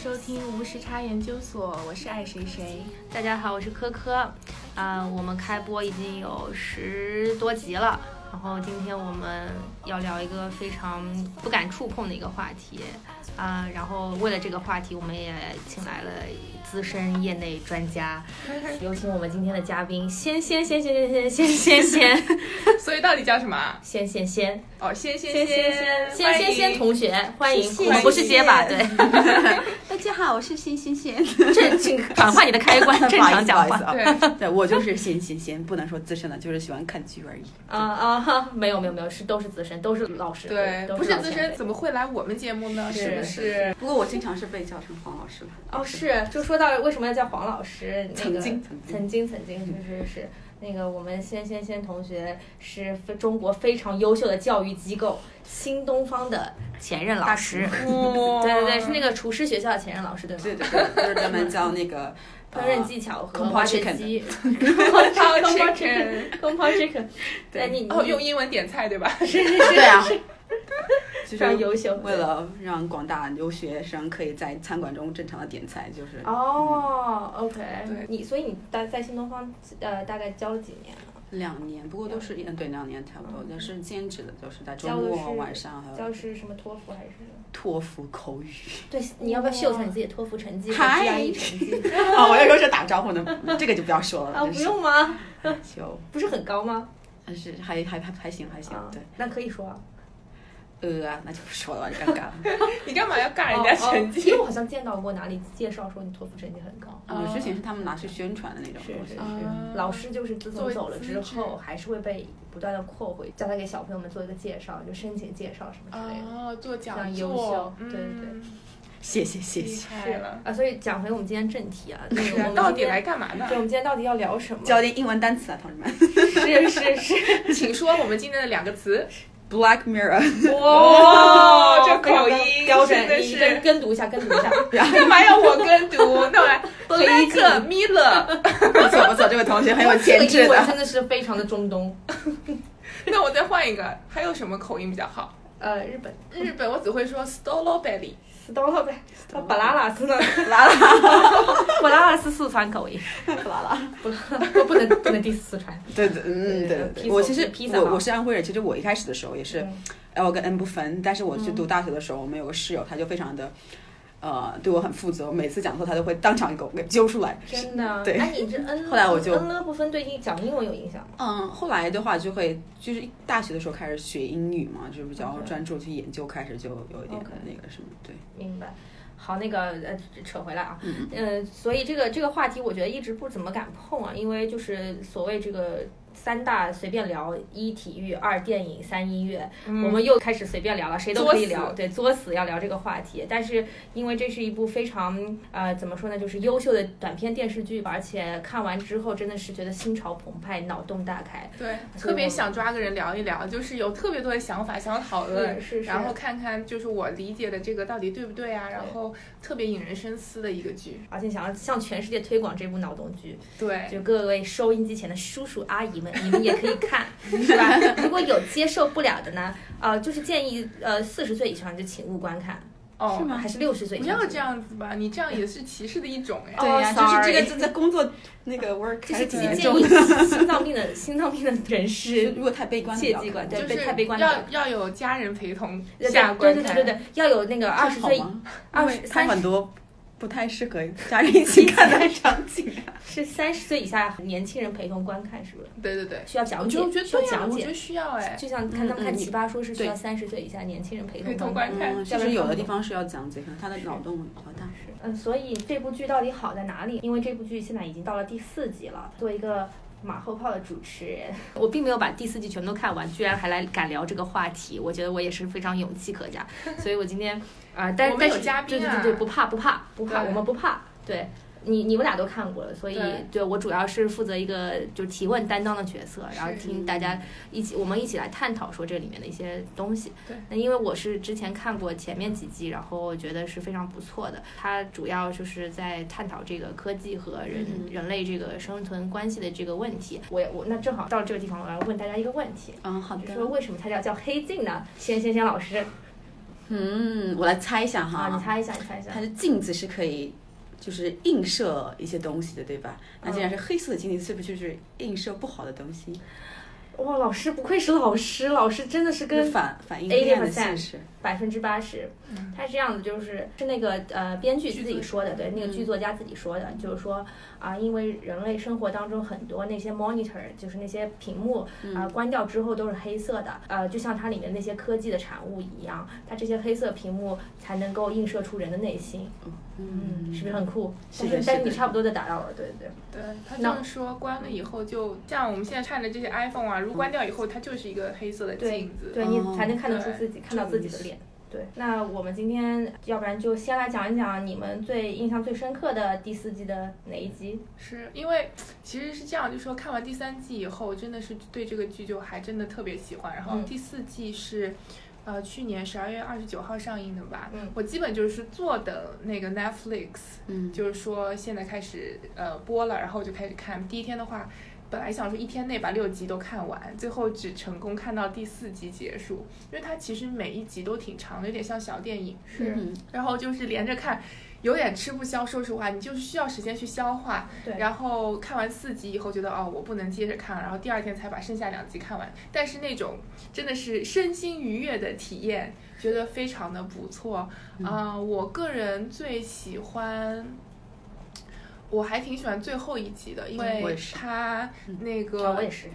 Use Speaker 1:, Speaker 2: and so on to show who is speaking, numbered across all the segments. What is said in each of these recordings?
Speaker 1: 收听无时差研究所，我是爱谁谁。
Speaker 2: 大家好，我是科科，啊、我们开播已经有十多集了，然后今天我们要聊一个非常不敢触碰的一个话题，啊、然后为了这个话题，我们也请来了资深业内专家，有请我们今天的嘉宾，先先先先先先先先先
Speaker 3: 所以到底叫什么啊？
Speaker 2: 先先先
Speaker 3: 哦，仙仙
Speaker 2: 先先
Speaker 3: 仙
Speaker 2: 先先先同学，欢迎，我们不是结巴，对，
Speaker 4: 大家好，我是仙仙仙。
Speaker 2: 正请转换你的开 关，正常讲话。
Speaker 3: 对，
Speaker 5: 啊对我就是闲闲闲，不能说资深的，就是喜欢看剧而已。
Speaker 2: 啊啊哈，没有没有没有，是都是资深，都是老师，
Speaker 3: 对，
Speaker 2: 都
Speaker 3: 不
Speaker 2: 是
Speaker 3: 是资深怎么会来我们节目呢？
Speaker 2: 是
Speaker 3: 是不是？
Speaker 5: 不过我经常是被叫成黄老师。
Speaker 2: 老师。哦，是，就说到为什么要叫黄老师，那
Speaker 5: 曾
Speaker 2: 个
Speaker 5: 经曾经，
Speaker 2: 曾经曾经是是是，那个我们先先先同学是非中国非常优秀的教育机构新东方的前任老师，
Speaker 3: 对
Speaker 2: 对对对，是那个厨师学校的前任老师对吗？
Speaker 5: 对对对，就是专门教那 个
Speaker 2: 烹饪。技巧和
Speaker 5: Compound
Speaker 2: 挖掘
Speaker 5: chicken
Speaker 2: 机
Speaker 3: Compound
Speaker 2: chicken，compound chicken，对你
Speaker 3: 哦，
Speaker 2: 你
Speaker 3: 用英文点菜对吧？
Speaker 2: 是是
Speaker 5: 呃对
Speaker 2: 是
Speaker 5: 啊，
Speaker 2: 非
Speaker 5: 就
Speaker 2: 常
Speaker 5: 是
Speaker 2: 优秀，
Speaker 5: 为了让广大留学生可以在餐馆中正常的点菜，就是
Speaker 2: 哦，OK，
Speaker 3: 嗯对
Speaker 2: 你所以你在在新东方呃大概教了几年了？
Speaker 5: 两年，不过都是嗯对两年差不多，但是兼职的，就是在周
Speaker 2: 哦教的
Speaker 5: 末
Speaker 2: 是
Speaker 5: 晚上
Speaker 3: 啊
Speaker 5: 还
Speaker 2: 教
Speaker 5: 有
Speaker 2: 的是什么托福还是什么？
Speaker 5: 托福口语。
Speaker 2: 对，你要不要秀一下你自己的托福成绩和
Speaker 5: 嗨
Speaker 2: GRE 成绩？
Speaker 5: 啊，我要说这打招呼呢，这个就不要说了，
Speaker 2: 啊，
Speaker 5: 真
Speaker 2: 不
Speaker 5: 是
Speaker 2: 用吗？
Speaker 5: 就
Speaker 2: 不是很高吗？
Speaker 5: 但是还还还还行还行
Speaker 2: 啊，
Speaker 5: 对，，
Speaker 2: 那可以说啊。
Speaker 5: 呃，那就不说了吧，尴尬 了。
Speaker 3: 你干嘛要尬人家成
Speaker 2: 哦哦因
Speaker 3: 绩
Speaker 2: 为？我好像见到过哪里介绍说你托福成绩很高。
Speaker 5: 嗯，之前是他们拿去宣传的那种
Speaker 2: 哦是
Speaker 5: 东西
Speaker 2: 是。
Speaker 3: 啊
Speaker 2: 哦嗯老师就是自
Speaker 3: 作
Speaker 2: 从
Speaker 3: 为
Speaker 2: 走了之
Speaker 3: 资质
Speaker 2: 后，还是会被不断的扩回，叫他给小朋友们做一个介绍，就申请介绍什么之类的。
Speaker 3: 哦，做讲
Speaker 2: 非常优秀
Speaker 3: 座，
Speaker 2: 对
Speaker 3: 嗯，
Speaker 5: 谢谢谢
Speaker 3: 厉
Speaker 5: 谢。
Speaker 3: 害了。
Speaker 2: 啊，所以讲回我们今天正 题啊，那个
Speaker 3: 是
Speaker 2: 我们
Speaker 3: 啊
Speaker 2: 今
Speaker 3: 到底
Speaker 2: 天
Speaker 3: 来干嘛呢
Speaker 2: 对，？我们今天到底要聊什么？
Speaker 5: 教点英文单词啊，同志们。
Speaker 2: 是是是，
Speaker 3: 请说我们今天的两个 词。
Speaker 5: Black Mirror，
Speaker 3: 哦这口
Speaker 2: 非常
Speaker 3: 音
Speaker 2: 的标
Speaker 3: 真的
Speaker 2: 准，你
Speaker 3: 是
Speaker 2: 跟跟读一下，跟读一下。
Speaker 3: 干嘛要我跟读？那我来，布
Speaker 2: 随
Speaker 3: 莱
Speaker 2: 机
Speaker 3: 克米勒。
Speaker 5: 不错不错，这位同学很有
Speaker 2: 这个
Speaker 5: 潜质
Speaker 2: 英文
Speaker 5: 的。
Speaker 2: 真的是非常的中东，
Speaker 3: 那我再换一个，还有什么口音比较好？
Speaker 2: 呃，日本
Speaker 3: 日本我只会说 stolo belly。
Speaker 2: 死到了呗，那 巴拉拉斯呢？
Speaker 5: 拉拉
Speaker 2: 巴拉拉斯四川口音，
Speaker 5: 拉拉，
Speaker 2: 不不不能不能 diss 四川。
Speaker 5: 对对嗯对对
Speaker 2: 披
Speaker 5: 对，
Speaker 2: 萨
Speaker 5: 我其实
Speaker 2: 披萨
Speaker 5: 我
Speaker 2: 嘛
Speaker 5: 我是安徽人，其实我一开始的时候也是 L 跟 N 不分，但是我去读大学的时候，我们有个室友，他就非常的。呃，对我很负责，每次讲错他都会当场给我给揪出来。
Speaker 2: 真的，
Speaker 5: 对
Speaker 2: 那你这 n
Speaker 5: 后来我就
Speaker 2: n 了不分对你讲英文有影响吗？
Speaker 5: 嗯，后来的话就会就是大学的时候开始学英语嘛，就是比较
Speaker 2: OK
Speaker 5: 专注去研究，开始就有一点
Speaker 2: OK
Speaker 5: 那个什么，对，
Speaker 2: 明白。好，那个呃，扯回来啊，
Speaker 5: 嗯
Speaker 2: 呃，所以这个这个话题，我觉得一直不怎么敢碰啊，因为就是所谓这个三大随便聊：一体育，二电影，三音乐。我们又开始随便聊了，谁都可以
Speaker 3: 嗯作
Speaker 2: 聊，
Speaker 3: 死
Speaker 2: 对，作死要聊这个话题。但是因为这是一部非常呃怎么说呢，就是优秀的短片电视剧吧，而且看完之后真的是觉得心潮澎湃，脑洞大开。
Speaker 3: 对，
Speaker 2: 所以
Speaker 3: 特别
Speaker 2: 我
Speaker 3: 想抓个人聊一聊，就是有特别多的想法想要讨论，
Speaker 2: 是是，
Speaker 3: 然后看看就是我理解的这个到底对不对啊，然
Speaker 2: 对
Speaker 3: 后特别引人深思的一个剧。
Speaker 2: 而且想要向全世界推广这部脑洞剧，
Speaker 3: 对，
Speaker 2: 就各位收音机前的叔叔阿姨们，你们也可以看， 是吧？如果有接受不了的呢，呃，就是建议呃四十岁以上就请勿观看，
Speaker 3: 哦，
Speaker 5: 是吗
Speaker 2: 还是六十岁以
Speaker 3: 不
Speaker 2: 上？
Speaker 3: 要这。样子吧，你这样也是歧视的一种哎。
Speaker 2: 哦
Speaker 5: 对呀、就是这
Speaker 2: sorry
Speaker 5: 个正在工作那 个 work，
Speaker 2: 这
Speaker 5: 还
Speaker 2: 是
Speaker 5: 是
Speaker 2: 只
Speaker 5: 挺
Speaker 2: 是
Speaker 5: 严
Speaker 2: 建
Speaker 5: 重
Speaker 2: 议
Speaker 5: 的。
Speaker 2: 心脏病的心脏病的人士
Speaker 5: 如果太悲观了，
Speaker 2: 借
Speaker 5: 不
Speaker 2: 机
Speaker 5: 要
Speaker 2: 观
Speaker 5: 看
Speaker 2: 对
Speaker 3: 就
Speaker 2: 被
Speaker 3: 是
Speaker 2: 太悲观
Speaker 3: 要
Speaker 2: 了
Speaker 3: 要有家人陪同
Speaker 2: 对
Speaker 3: 下
Speaker 2: 对
Speaker 3: 观
Speaker 2: 对对
Speaker 3: 看。
Speaker 2: 对对，要有那个二十
Speaker 5: 这好
Speaker 2: 岁、
Speaker 5: 吗
Speaker 2: 二十
Speaker 5: 看
Speaker 2: 三
Speaker 5: 很多不太适合家人一 起看的场景、啊。
Speaker 2: 是三十岁以下年轻人陪同观看，是不是
Speaker 3: 对对对，
Speaker 2: 需要讲
Speaker 3: 我
Speaker 2: 解
Speaker 3: 觉得我觉？得
Speaker 2: 需要
Speaker 3: 对呀，
Speaker 2: 讲
Speaker 3: 我觉
Speaker 2: 解
Speaker 3: 得，需要哎，
Speaker 2: 就像看他们看《
Speaker 5: 嗯嗯
Speaker 2: 奇葩说》是需
Speaker 5: 对
Speaker 2: 要三十岁以下年轻人陪
Speaker 3: 陪同
Speaker 2: 同
Speaker 3: 观
Speaker 2: 观
Speaker 3: 看
Speaker 2: 看。
Speaker 5: 嗯，
Speaker 2: 下
Speaker 5: 其
Speaker 2: 面
Speaker 5: 实有的
Speaker 2: 看
Speaker 5: 地方是要讲解，可能他的脑洞比较大。
Speaker 2: 嗯，所以这部剧到底好在哪里？因为这部剧现在已经到了第四集了，作为一个马后炮的主持人， 我并没有把第四集全都看完，居然还来敢聊这个话题，我觉得我也是非常勇气可 嘉。所以我今天啊、但
Speaker 3: 我们
Speaker 2: 但
Speaker 3: 有
Speaker 2: 是
Speaker 3: 嘉
Speaker 2: 对
Speaker 3: 宾啊
Speaker 2: 对对对，不怕不怕不怕，
Speaker 3: 对
Speaker 2: 我们不怕，对。你你们俩都看过了，所以
Speaker 3: 对
Speaker 2: 对我主要是负责一个就是提问担当的角色，然后
Speaker 3: 是
Speaker 2: 听大家一起我们一起来探讨说这里面的一些东西。
Speaker 3: 对，
Speaker 2: 那因为我是之前看过前面几季，然后我觉得是非常不错的。它主要就是在探讨这个科技和人、
Speaker 5: 嗯
Speaker 2: 人类这个生存关系的这个问题。我也我那正好到了这个地方，我要问大家一个问题，
Speaker 5: 嗯，好
Speaker 2: 就是说为什么它要叫黑镜呢？先先先老师，
Speaker 5: 嗯，我来猜一下
Speaker 4: 啊，
Speaker 5: 哈
Speaker 4: 你，猜一下，你猜一下
Speaker 5: 它。的镜子是可以。就是映射一些东西的，对吧？那既然是黑色的镜子，是不是就是映射不好的东西？
Speaker 4: 哇，老师不愧是老师，老师真的是跟
Speaker 5: 反反映黑暗的现实。
Speaker 4: 百分之八十。他是这样的，就是是那个呃编嗯剧嗯自己说的，对，那个剧作家自己说的，就是说啊、因为人类生活当中很多那些 monitor，就是那些屏幕啊、
Speaker 5: 嗯
Speaker 4: 关掉之后都是黑色的，呃，就像它里面那些科技的产物一样，它这些黑色屏幕才能够映射出人的内心，嗯，是不是很酷？
Speaker 5: 是的
Speaker 4: 但
Speaker 5: 是的
Speaker 4: 但是你差不多的达到了，对对
Speaker 3: 对，他就是说关了以后就像我们现在看的这些 iPhone 啊，如
Speaker 2: 嗯
Speaker 3: 果关掉以后，它就是一个黑色的
Speaker 4: 对
Speaker 3: 镜子。
Speaker 4: 对，
Speaker 5: 哦
Speaker 4: 你才能看得出
Speaker 3: 对
Speaker 4: 自己，看到自己的脸。对，那我们今天要不然就先来讲一讲你们最印象最深刻的第四季的哪一集？
Speaker 3: 是因为其实是这样，就说看完第三季以后，真的是对这个剧就还真的特别喜欢。然后
Speaker 4: 嗯
Speaker 3: 第四季是。呃，去年十二月二十九号上映的吧，
Speaker 4: 嗯
Speaker 3: 我基本就是坐等那个 Netflix，
Speaker 5: 嗯，
Speaker 3: 就是说现在开始呃播了，然后我就开始看。第一天的话，本来想说一天内把六集都看完，最后只成功看到第四集结束，因为它其实每一集都挺长的，有点像小电影。
Speaker 4: 是
Speaker 5: 嗯
Speaker 3: 然后就是连着看，有点吃不消。说实话，你就是需要时间去消化。
Speaker 4: 对
Speaker 3: 然后看完四集以后，觉得哦，我不能接着看了，然后第二天才把剩下两集看完。但是那种真的是身心愉悦的体验，觉得非常的不错。啊、
Speaker 5: 嗯
Speaker 3: 我个人最喜欢。我还挺喜欢最后一集的，因
Speaker 5: 我
Speaker 3: 为
Speaker 5: 也是
Speaker 3: 它那个、
Speaker 4: 啊，我也是。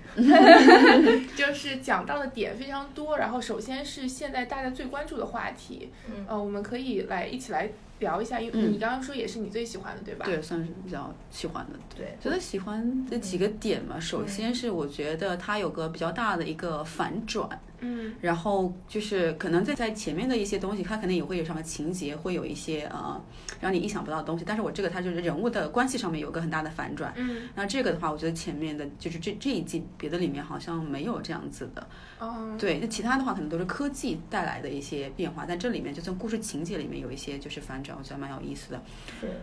Speaker 3: 就是讲到的点非常多。然后首先是现在大家最关注的话题，
Speaker 4: 嗯
Speaker 3: 呃，我们可以来一起来聊一下，因为
Speaker 5: 嗯
Speaker 3: 你刚刚说也是你最喜欢的，对吧？
Speaker 5: 对，算是比较喜欢的。
Speaker 4: 对，
Speaker 5: 觉得喜欢这几个点嘛，首先是我觉得它有个比较大的一个反转，
Speaker 3: 嗯，
Speaker 5: 然后就是可能在在前面的一些东西，它可能也会有什么情节，会有一些呃让你意想不到的东西。但是我这个它就是人物的关系上面有个很大的反转。
Speaker 3: 嗯，
Speaker 5: 那这个的话，我觉得前面的就是这这一季别的里面好像没有这样子的。
Speaker 3: 嗯，
Speaker 5: 对，那其他的话可能都是科技带来的一些变化，但这里面就从故事情节里面有一些就是反转，我觉得蛮有意思的。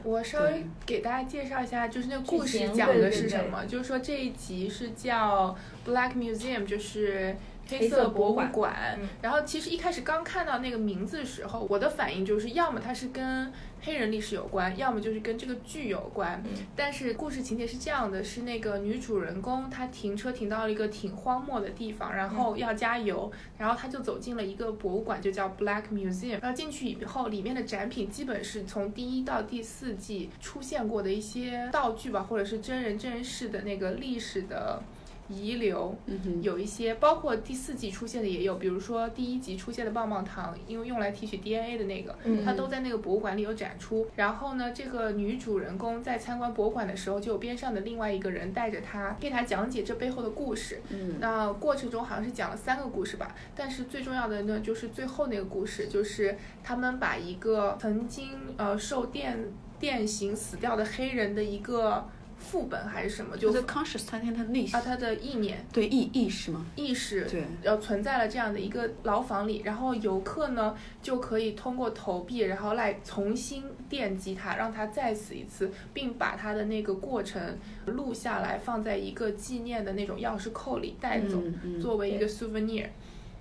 Speaker 3: 我稍微给大家介绍一下，就是那个故
Speaker 4: 剧
Speaker 3: 事
Speaker 4: 情
Speaker 3: 讲
Speaker 4: 对
Speaker 3: 的
Speaker 4: 对
Speaker 3: 是
Speaker 4: 对
Speaker 3: 什么，就是说这一集是叫 Black Museum，就是。黑
Speaker 4: 黑色
Speaker 3: 色博
Speaker 4: 博
Speaker 3: 物
Speaker 4: 物
Speaker 3: 馆
Speaker 4: 馆，嗯
Speaker 3: 然后其实一开始刚看到那个名字的时候，我的反应就是要么它是跟黑人历史有关，要么就是跟这个剧有关。
Speaker 4: 嗯
Speaker 3: 但是故事情节是这样的：是那个女主人公她停车停到了一个挺荒漠的地方，
Speaker 4: 嗯
Speaker 3: 然后要加油，然后她就走进了一个博物馆，就叫 Black Museum。然后进去以后，里面的展品基本是从第一到第四季出现过的一些道具吧，或者是真人真人事的那个历史的。遗留，
Speaker 5: 嗯哼，
Speaker 3: 有一些，包括第四季出现的也有，比如说第一集出现的棒棒糖，因为用来提取 DNA 的那个，
Speaker 4: 嗯
Speaker 3: 它都在那个博物馆里有展出。然后呢，这个女主人公在参观博物馆的时候，就有边上的另外一个人带着她，给她讲解这背后的故事。
Speaker 5: 嗯，
Speaker 3: 那过程中好像是讲了三个故事吧，但是最重要的呢，就是最后那个故事，就是他们把一个曾经呃受电电刑死掉的黑人的一个副本还是什么，就
Speaker 5: 就是 conscious，它它它内
Speaker 3: 啊
Speaker 5: 心
Speaker 3: 他的意念
Speaker 5: 对意意识嘛，
Speaker 3: 意识
Speaker 5: 对，
Speaker 3: 呃存在了这样的一个牢房里，然后游客呢就可以通过投币，然后来重新电击它，让它再死一次，并把它的那个过程录下来，放在一个纪念的那种钥匙扣里带走，
Speaker 5: 嗯嗯
Speaker 3: 作为一个 souvenir。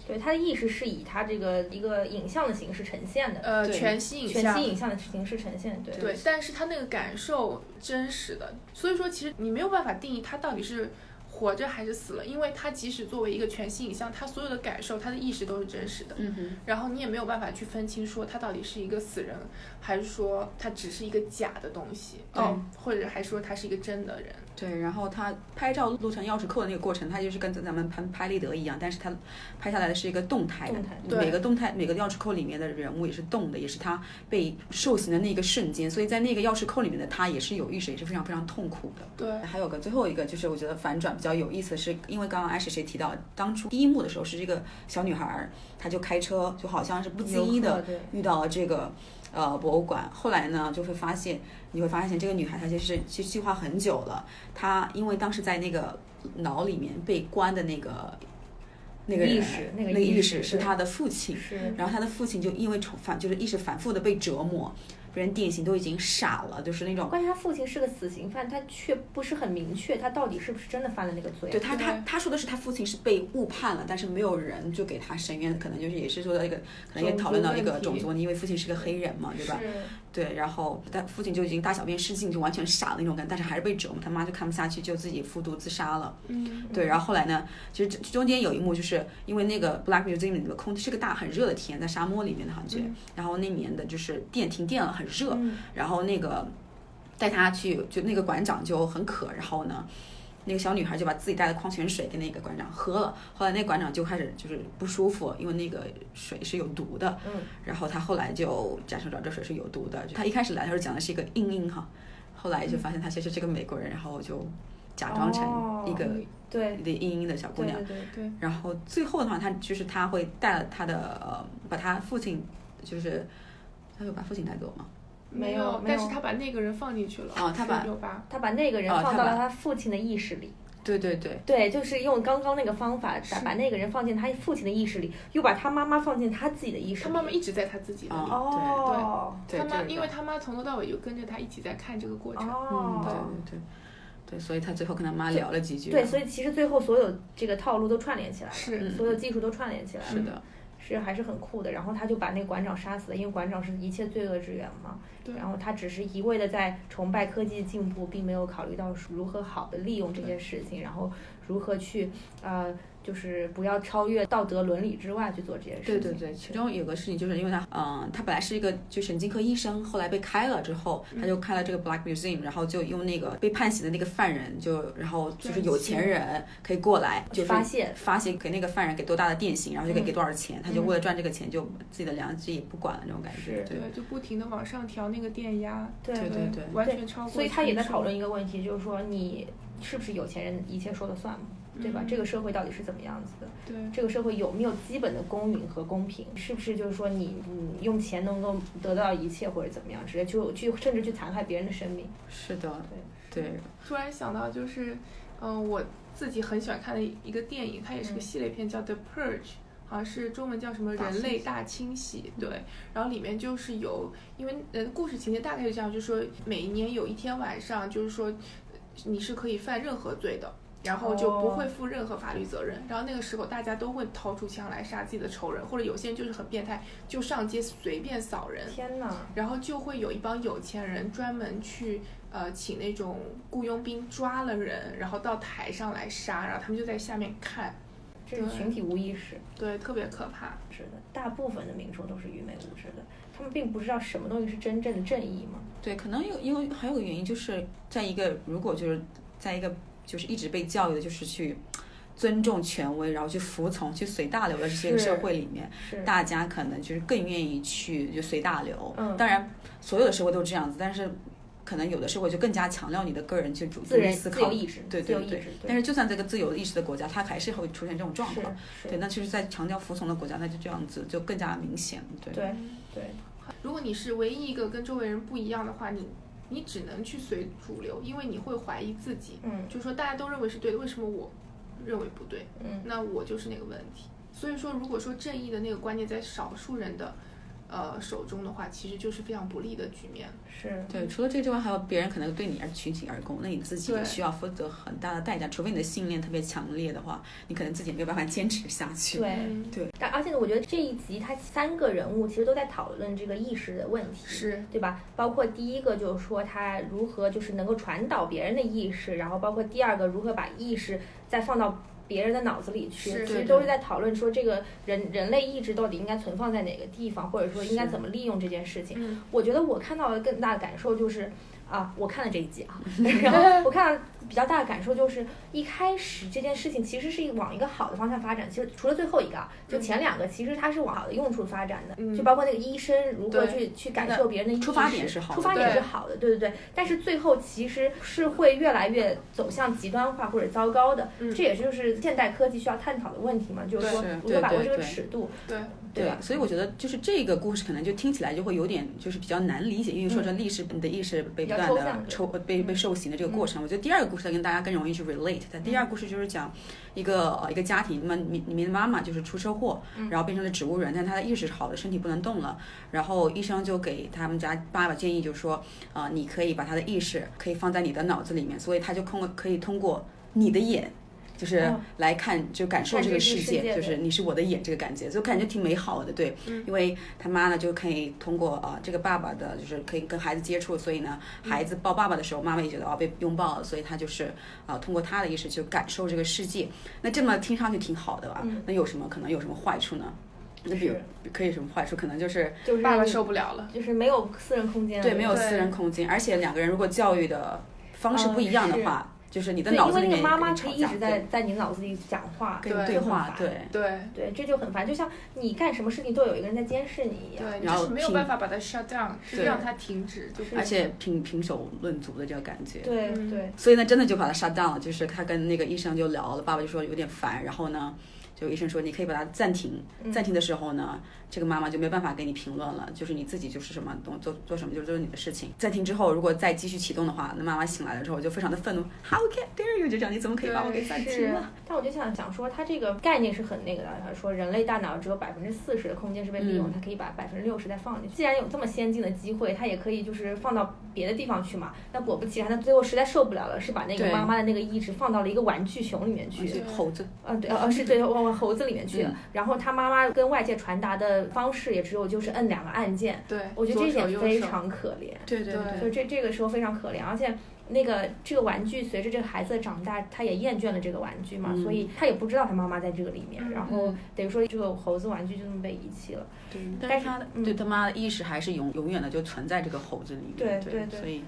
Speaker 4: 对，它的意识是以它这个一个影像的形式呈现的，
Speaker 3: 呃，
Speaker 5: 对
Speaker 3: 全息影
Speaker 4: 全
Speaker 3: 像
Speaker 4: 息。影像的形式呈现。对，
Speaker 3: 对，但是它那个感受真实的，所以说其实你没有办法定义它到底是活着还是死了，因为它即使作为一个全息影像，它所有的感受、它的意识都是真实的。
Speaker 5: 嗯哼，
Speaker 3: 然后你也没有办法去分清说他到底是一个死人，还是说他只是一个假的东西，
Speaker 5: 对
Speaker 3: 哦，或者还说他是一个真的人，
Speaker 5: 对。然后他拍照录成钥匙扣的那个过程，他就是跟咱们拍拍立得一样，但是他拍下来的是一个动态的
Speaker 4: 动态，
Speaker 3: 对
Speaker 5: 每个动态每个钥匙扣里面的人物也是动的，也是他被受刑的那个瞬间，所以在那个钥匙扣里面的他也是有意识，也是非常非常痛苦的。
Speaker 3: 对，
Speaker 5: 还有个最后一个就是我觉得反转比较有意思，是因为刚刚艾谁谁提到，当初第一幕的时候是这个小女孩儿，她就开车，就好像是不经意
Speaker 4: 游
Speaker 5: 的
Speaker 4: 客对
Speaker 5: 遇到了这个呃博物馆，后来呢就会发现，你会发现这个女孩她其实其实计划很久了，她因为当时在那个牢里面被关的那个那个人
Speaker 4: 意识那
Speaker 5: 那
Speaker 4: 个
Speaker 5: 个
Speaker 4: 意
Speaker 5: 意
Speaker 4: 识
Speaker 5: 识是
Speaker 4: 对
Speaker 5: 她的父亲，
Speaker 4: 是
Speaker 5: 然后他的父亲就因为重反就是意识反复的被折磨，被人定型，都已经傻了，就是那种。
Speaker 2: 关键他父亲是个死刑犯，他却不是很明确他到底是不是真的犯了那个罪。
Speaker 5: 对他，他
Speaker 3: 对
Speaker 5: 他说的是他父亲是被误判了，但是没有人就给他申冤，可能就是也是说到一个，可能也
Speaker 3: 种族
Speaker 5: 讨论到一个
Speaker 3: 问题
Speaker 5: 种族问题，因为父亲是个黑人嘛，对吧？对，然后他父亲就已经大小便失禁，就完全傻了那种感觉，但是还是被折磨，他妈就看不下去，就自己服毒自杀了。
Speaker 3: 嗯，
Speaker 5: 对，然后后来呢，其实这中间有一幕，就是因为那个 Black Museum 里的空气是个大很热的天，在沙漠里面的感觉，
Speaker 3: 嗯
Speaker 5: 然后那年的就是电停电了，很
Speaker 2: 嗯
Speaker 5: 热，然后那个带他去，就那个馆长就很渴，然后呢。那个小女孩就把自己带的矿泉水给那个馆长喝了，后来那个馆长就开始就是不舒服，因为那个水是有毒的。
Speaker 2: 嗯。
Speaker 5: 然后他后来就假设找这水是有毒的。就他一开始来的时候讲的是一个英英哈，后来就发现他其实是个美国人，然后就假装
Speaker 2: 哦
Speaker 5: 成一个
Speaker 2: 对
Speaker 5: 的英英的小姑
Speaker 2: 对
Speaker 5: 娘
Speaker 2: 对。对，
Speaker 5: 然后最后的话，她就是她会带了她的呃，把她父亲就是。她有把父亲带走吗？
Speaker 2: 没有
Speaker 3: 有，
Speaker 2: 没
Speaker 3: 嗯但
Speaker 2: 有
Speaker 3: 是他把那个人放进去了。
Speaker 5: 哦他把
Speaker 3: 是有吧？
Speaker 2: 他把那个人
Speaker 5: 哦
Speaker 2: 放
Speaker 5: 他
Speaker 2: 到
Speaker 5: 把
Speaker 2: 了他父亲的意识里。
Speaker 5: 对对对，
Speaker 2: 对，就是用刚刚那个方法，把把那个人放进他父亲的意识里，又把他妈妈放进他自己的意识里。
Speaker 3: 他妈妈一直在他自己的
Speaker 5: 哦
Speaker 3: 里。
Speaker 2: 哦
Speaker 5: 对，
Speaker 3: 他妈，
Speaker 5: 对
Speaker 3: 因为他妈从头到尾就跟着他一起在看这个过程。
Speaker 5: 嗯，对
Speaker 2: 哦，
Speaker 5: 对对对，所以她最后跟她妈聊了几句。
Speaker 2: 对，所以其实最后所有这个套路都串联起来了，
Speaker 3: 是，
Speaker 5: 嗯
Speaker 2: 所有技术都串联起来
Speaker 5: 是
Speaker 2: 了，
Speaker 5: 的，
Speaker 2: 是还是很酷的。然后他就把那个馆长杀死了，因为馆长是一切罪恶之源嘛。
Speaker 3: 对
Speaker 2: 然后他只是一味的在崇拜科技进步，并没有考虑到如何好的利用这些事情，然后如何去呃，就是不要超越道德伦理之外去做这些事
Speaker 5: 对
Speaker 2: 情。
Speaker 5: 对对。其中有个事情就是因为她，嗯、她本来是一个就神经科医生，后来被开了之后，她就开了这个 Black Museum，然后就用那个被判刑的那个犯人，就然后就是有钱人可以过来，就是
Speaker 2: 发泄
Speaker 5: 发行给那个犯人给多大的电刑，然后就可以
Speaker 2: 嗯
Speaker 5: 给多少钱，他就为了赚这个钱，就自己的良知也不管了那种感觉。
Speaker 2: 是
Speaker 5: 对
Speaker 3: 对，就不停的往上调那个电压，
Speaker 2: 对
Speaker 5: 对对对
Speaker 3: 完全超过。
Speaker 2: 所以他也在讨论，一个问题，就是说你是不是有钱人一切说了算嘛，对吧？
Speaker 3: 嗯
Speaker 2: 这个社会到底是怎么样子的？
Speaker 3: 对，
Speaker 2: 这个社会有没有基本的公允和公平？是不是就是说你你用钱能够得到一切或者怎么样之类，就去甚至去残害别人的生命？
Speaker 5: 是的，对
Speaker 3: 突然想到就是，嗯、我自己很喜欢看的一个电影，它也是个系列片，叫《The Purge》。好像是中文叫什么“
Speaker 5: 大
Speaker 3: 人类大清洗”，对，然后里面就是有，因为呃故事情节大概是这样，就是说每一年有一天晚上，就是说呃你是可以犯任何罪的，然后就不
Speaker 2: 哦
Speaker 3: 会负任何法律责任。然后那个时候大家都会掏出枪来杀自己的仇人，或者有些人就是很变态，就上街随便扫人，
Speaker 2: 天哪！
Speaker 3: 然后就会有一帮有钱人专门去呃请那种雇佣兵抓了人，然后到台上来杀，然后他们就在下面看，
Speaker 2: 这是
Speaker 3: 对
Speaker 2: 群体无意识，
Speaker 3: 对，特别可怕。
Speaker 2: 是的，大部分的民众都是愚昧无知的，他们并不知道什么东西是真正的正义嘛。
Speaker 5: 对，可能有因为还有个原因就是在一个如果就是在一个就是一直被教育的就是去尊重权威，然后去服从、去随大流的这些
Speaker 2: 是
Speaker 5: 社会里面，
Speaker 2: 是，
Speaker 5: 大家可能就是更愿意去就随大流。
Speaker 2: 嗯
Speaker 5: 当然所有的社会都这样子，但是可能有的社会就更加强调你的个人去主
Speaker 2: 自
Speaker 5: 动
Speaker 2: 然
Speaker 5: 思
Speaker 2: 自
Speaker 5: 考
Speaker 2: 由。意志，
Speaker 5: 对
Speaker 2: 自由
Speaker 5: 对
Speaker 2: 意
Speaker 5: 对
Speaker 2: 志，，
Speaker 5: 但是就算这个自由意识的国家，它还是会出现这种状
Speaker 2: 是
Speaker 5: 况。
Speaker 2: 是
Speaker 5: 对，那就是在强调服从的国家，它就这样子就更加明显。对，
Speaker 2: 对对，
Speaker 3: 嗯如果你是唯一一个跟周围人不一样的话，你你只能去随主流，因为你会怀疑自己，
Speaker 2: 嗯
Speaker 3: 就说大家都认为是对的，为什么我认为不对？
Speaker 2: 嗯。
Speaker 3: 那我就是那个问题。所以说，如果说正义的那个观念在少数人的呃手中的话，其实就是非常不利的局面。
Speaker 2: 是，
Speaker 5: 对，除了这之外，还有别人可能对你而群起而攻，那你自己
Speaker 3: 对
Speaker 5: 需要负责很大的代价，除非你的信念特别强烈的话，你可能自己没有办法坚持下去。
Speaker 2: 对。
Speaker 3: 嗯，
Speaker 2: 但而且呢，我觉得这一集它三个人物其实都在讨论这个意识的问题，
Speaker 3: 是
Speaker 2: 对吧？包括第一个就是说他如何就是能够传导别人的意识，然后包括第二个如何把意识再放到。别人的脑子里去，其
Speaker 3: 是
Speaker 5: 对
Speaker 2: 实
Speaker 5: 对
Speaker 2: 都是在讨论说这个人人类意志到底应该存放在哪个地方，或者说应该
Speaker 5: 是
Speaker 2: 怎么利用这件事情。
Speaker 3: 嗯
Speaker 2: 我觉得我看到的更大的感受就是，啊，我看了这一集 啊，然后我看到比较大的感受就是，一开始这件事情其实是往一个好的方向发展，其实除了最后一个啊，
Speaker 5: 嗯
Speaker 2: 就前两个其实它是往好的用处发展的，
Speaker 3: 嗯
Speaker 2: 就包括那个医生如何
Speaker 3: 对
Speaker 2: 去去感
Speaker 5: 的
Speaker 2: 受别人的意识
Speaker 5: 出发点是好的
Speaker 2: 出发点是
Speaker 3: 对
Speaker 2: 好的，对对对，但是最后其实是会越来越走向极端化或者糟糕的，
Speaker 3: 嗯
Speaker 2: 这也就是现代科技需要探讨的问题嘛，就是说
Speaker 5: 对是
Speaker 2: 如何把握
Speaker 5: 对
Speaker 2: 这个
Speaker 5: 对
Speaker 2: 尺度，
Speaker 3: 对。
Speaker 2: 对
Speaker 5: 对
Speaker 2: 吧，？
Speaker 5: 所以我觉得就是这个故事可能就听起来就会有点就是比较难理解，因为说这历史你的意识
Speaker 2: 比
Speaker 5: 被
Speaker 2: 较
Speaker 5: 断
Speaker 2: 比较抽象
Speaker 5: 的
Speaker 2: 对
Speaker 5: 抽被被受刑的这个过程。我觉得第二个故事跟大家更容易去 relate。它第二个故事就是讲一个呃一个家庭，那么里里面的妈妈就是出车祸，然后变成了植物人，但她的意识好了，身体不能动了。然后医生就给他们家爸爸建议，就说啊、呃你可以把他的意识可以放在你的脑子里面，所以他就通过可以通过你的眼。就是
Speaker 2: 哦
Speaker 5: 来看，就感受
Speaker 2: 看
Speaker 5: 这
Speaker 2: 这
Speaker 5: 个
Speaker 2: 个
Speaker 5: 世
Speaker 2: 世
Speaker 5: 界，
Speaker 2: 界
Speaker 5: 就是你是我的眼这个感觉，所以感觉挺美好的，对。因为他妈呢就可以通过啊、呃这个爸爸的，就是可以跟孩子接触，所以呢孩子抱爸爸的时候，妈妈也觉得哦被拥抱了，所以他就是啊、呃通过他的意识去感受这个世界。那这么听上去挺好的吧？那有什么可能有什么坏处呢？那比如可以有什么坏处？可能就是
Speaker 2: 就是
Speaker 3: 爸爸受不了了。
Speaker 2: 就是没有私人空间了，
Speaker 5: 对没有私
Speaker 3: 对
Speaker 5: 人空间，而且两个人如果教育的方式
Speaker 2: 嗯
Speaker 5: 不一样的
Speaker 2: 是
Speaker 5: 话，就是你的
Speaker 2: 对，
Speaker 5: 脑
Speaker 2: 因
Speaker 5: 子
Speaker 2: 为
Speaker 5: 里
Speaker 2: 那
Speaker 5: 面
Speaker 2: 个妈妈
Speaker 5: 可
Speaker 2: 可
Speaker 5: 以
Speaker 2: 以一直在
Speaker 5: 吵架
Speaker 2: 在你脑子里讲话，
Speaker 5: 对跟你
Speaker 3: 对
Speaker 5: 对话，
Speaker 2: 很烦
Speaker 5: 对。
Speaker 3: 对
Speaker 2: 对，这就很烦，就像你干什么事情都有一个人在监视你一样。
Speaker 3: 对，你
Speaker 5: 然后
Speaker 3: 就是没有
Speaker 5: 听
Speaker 3: 办法把它 shut down，就是
Speaker 5: 对
Speaker 3: 让它停止，就不
Speaker 5: 而且平平手论足的这个感觉，
Speaker 2: 对
Speaker 3: 嗯
Speaker 2: 对，
Speaker 5: 所以呢，真的就把他杀掉了。就是他跟那个医生就聊了，爸爸就说有点烦，然后呢，就医生说你可以把它暂停。
Speaker 2: 嗯
Speaker 5: 暂停的时候呢，这个妈妈就没办法给你评论了，就是你自己就是什么东做做什么就是就是你的事情。暂停之后，如果再继续启动的话，那妈妈醒来了之后就非常的愤怒，How can dare you？就这样，你怎么可以把我给暂停
Speaker 2: 是
Speaker 5: 了？，
Speaker 2: 但我就想讲说，它这个概念是很那个的，它说人类大脑只有百分之四十的空间是被利用，
Speaker 5: 嗯
Speaker 2: 它可以把百分之六十再放进去。既然有这么先进的机会，它也可以就是放到别的地方去嘛。那果不其然，它最后实在受不了了，是把那个
Speaker 5: 对
Speaker 2: 妈妈的那个意志放到了一个玩具熊里面去。
Speaker 5: 去猴子，
Speaker 2: 嗯，对，呃，是 对，往往猴子里面去了
Speaker 5: 嗯。
Speaker 2: 然后他妈妈跟外界传达的方式也只有就是摁两个按键，
Speaker 3: 对，
Speaker 2: 我觉得这一
Speaker 3: 左手
Speaker 2: 点
Speaker 3: 右
Speaker 2: 非
Speaker 3: 手
Speaker 2: 常可怜。
Speaker 5: 对对
Speaker 3: 对
Speaker 2: 就这这个时候非常可怜，而且那个这个玩具随着这个孩子的长大，他也厌倦了这个玩具嘛，
Speaker 5: 嗯
Speaker 2: 所以他也不知道他妈妈在这个里面，
Speaker 3: 嗯
Speaker 2: 然后等于说这个猴子玩具就这么被遗弃了。
Speaker 5: 对，
Speaker 2: 但
Speaker 5: 但
Speaker 2: 是
Speaker 5: 是他的
Speaker 2: 嗯
Speaker 5: 对他妈的意识还是永永远的就存在这个猴子里面，
Speaker 2: 对对对
Speaker 5: 所以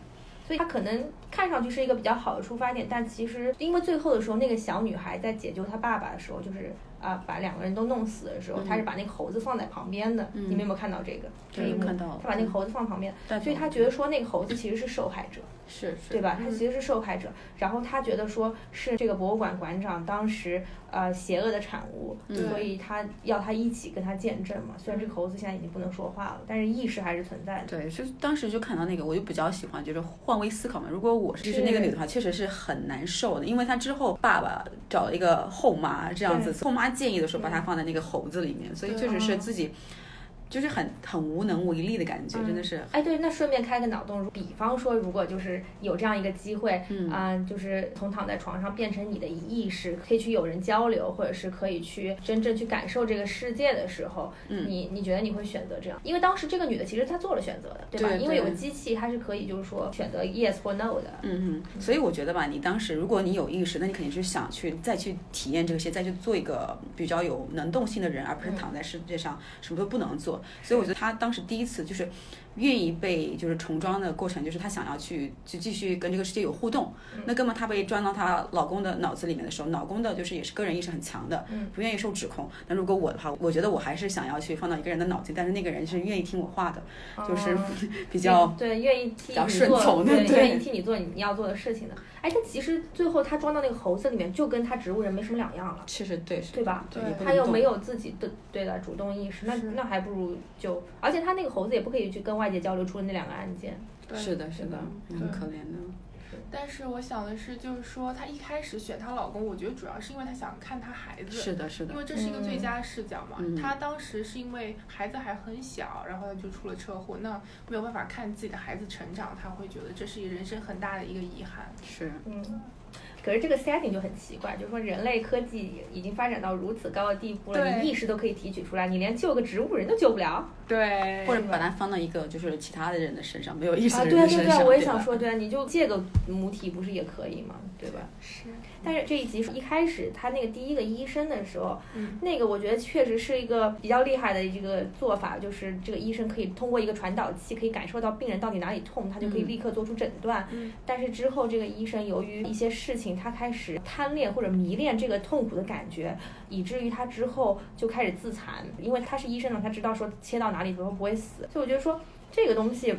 Speaker 2: 所以他可能看上去是一个比较好的出发点，但其实因为最后的时候，那个小女孩在解救她爸爸的时候，就是啊、把两个人都弄死的时候，
Speaker 5: 嗯
Speaker 2: 她是把那个猴子放在旁边的。
Speaker 5: 嗯
Speaker 2: 你们有没有看到这个？这一
Speaker 5: 对
Speaker 2: 幕
Speaker 5: 看到了嗯
Speaker 2: 她把那个猴子放旁边，
Speaker 5: 但
Speaker 2: 所以她觉得说那个猴子其实是受害者。
Speaker 5: 是是
Speaker 2: 对吧？他
Speaker 3: 嗯
Speaker 2: 其实是受害者，然后他觉得说是这个博物馆馆长当时呃邪恶的产物，
Speaker 5: 嗯
Speaker 2: 所以他要他一起跟他见证嘛。虽然这个猴子现在已经不能说话了，但是意识还是存在的。
Speaker 5: 对，就是当时就看到那个，我就比较喜欢，就是换位思考嘛。如果我是那个女的话，确实是很难受的，因为她之后爸爸找了一个后妈这样子，后妈建议的时候把她放在那个猴子里面，所以确
Speaker 2: 啊
Speaker 5: 实是自己就是很很无能为力的感觉，真的是。
Speaker 2: 哎，对，那顺便开个脑洞，比方说，如果就是有这样一个机会，啊、
Speaker 5: 嗯
Speaker 2: 就是从躺在床上变成你的意识，可以去有人交流，或者是可以去真正去感受这个世界的时候，
Speaker 5: 嗯
Speaker 2: 你你觉得你会选择这样？因为当时这个女的其实她做了选择的，对吧？
Speaker 5: 对
Speaker 2: 因为有个
Speaker 5: 对
Speaker 2: 机器，它是可以就是说选择 yes 或 no 的，
Speaker 5: 嗯嗯，所以我觉得吧，你当时如果你有意识，那你肯定是想去再去体验这个世界，再去做一个嗯比较有能动性的人，而不是
Speaker 2: 嗯
Speaker 5: 躺在世界上什么都不能做。所以我觉得他当时第一次就是愿意被就是重装的过程，就是他想要去去继续跟这个世界有互动。那根本她被装到她老公的脑子里面的时候，老公的就是也是个人意识很强的
Speaker 2: 嗯，
Speaker 5: 不愿意受指控。那如果我的话，我觉得我还是想要去放到一个人的脑子里，但是那个人是愿意听我话的，就是
Speaker 2: 哦
Speaker 5: 比较
Speaker 2: 对，愿意替
Speaker 5: 比较
Speaker 2: 你
Speaker 5: 顺
Speaker 2: 做
Speaker 5: 从的对
Speaker 2: 愿意替你做你要做的事情的。哎，但其实最后他装到那个猴子里面，就跟他植物人没什么两样了，
Speaker 5: 确实对是
Speaker 2: 对吧？
Speaker 5: 对
Speaker 3: 对
Speaker 5: 也不
Speaker 2: 他
Speaker 5: 能
Speaker 2: 又
Speaker 5: 动
Speaker 2: 没有自己的对的主动意识，那
Speaker 3: 是
Speaker 2: 那还不如就，而且他那个猴子也不可以去跟外界交流，除了那两个按键。
Speaker 3: 对
Speaker 5: 是的是的，
Speaker 3: 对
Speaker 5: 嗯很可怜的。
Speaker 3: 但是我想的是，就是说她一开始选她老公，我觉得主要是因为她想看她孩子，
Speaker 5: 是的，是的
Speaker 3: 因，为这是一个最佳视角嘛。
Speaker 5: 嗯
Speaker 3: 她当时是因为孩子还很小，然后她就出了车祸，那没有办法看自己的孩子成长，她会觉得这是人生很大的一个遗憾。
Speaker 5: 是
Speaker 2: 嗯。可是这个 setting 就很奇怪，就是说人类科技已经发展到如此高的地步了，
Speaker 3: 对
Speaker 2: 你意识都可以提取出来，你连救个植物人都救不了。
Speaker 3: 对
Speaker 5: 或者把它放到一个就是其他的人的身上，没有意识
Speaker 2: 哎啊，
Speaker 5: 的
Speaker 2: 对
Speaker 5: 人
Speaker 2: 啊，对啊
Speaker 5: 的身上，
Speaker 2: 对啊，我也
Speaker 5: 对吧
Speaker 2: 想说，对啊，你就借个母体不是也可以吗？对吧？
Speaker 3: 是，
Speaker 2: 但是这一集一开始他那个第一个医生的时候，
Speaker 3: 嗯
Speaker 2: 那个我觉得确实是一个比较厉害的这个做法，就是这个医生可以通过一个传导器可以感受到病人到底哪里痛，他就可以
Speaker 5: 嗯
Speaker 2: 立刻做出诊断。
Speaker 3: 嗯
Speaker 2: 但是之后这个医生由于一些事情，他开始贪恋或者迷恋这个痛苦的感觉，以至于他之后就开始自残，因为他是医生嘛，他知道说切到哪里都不会死，所以我觉得说这个东西。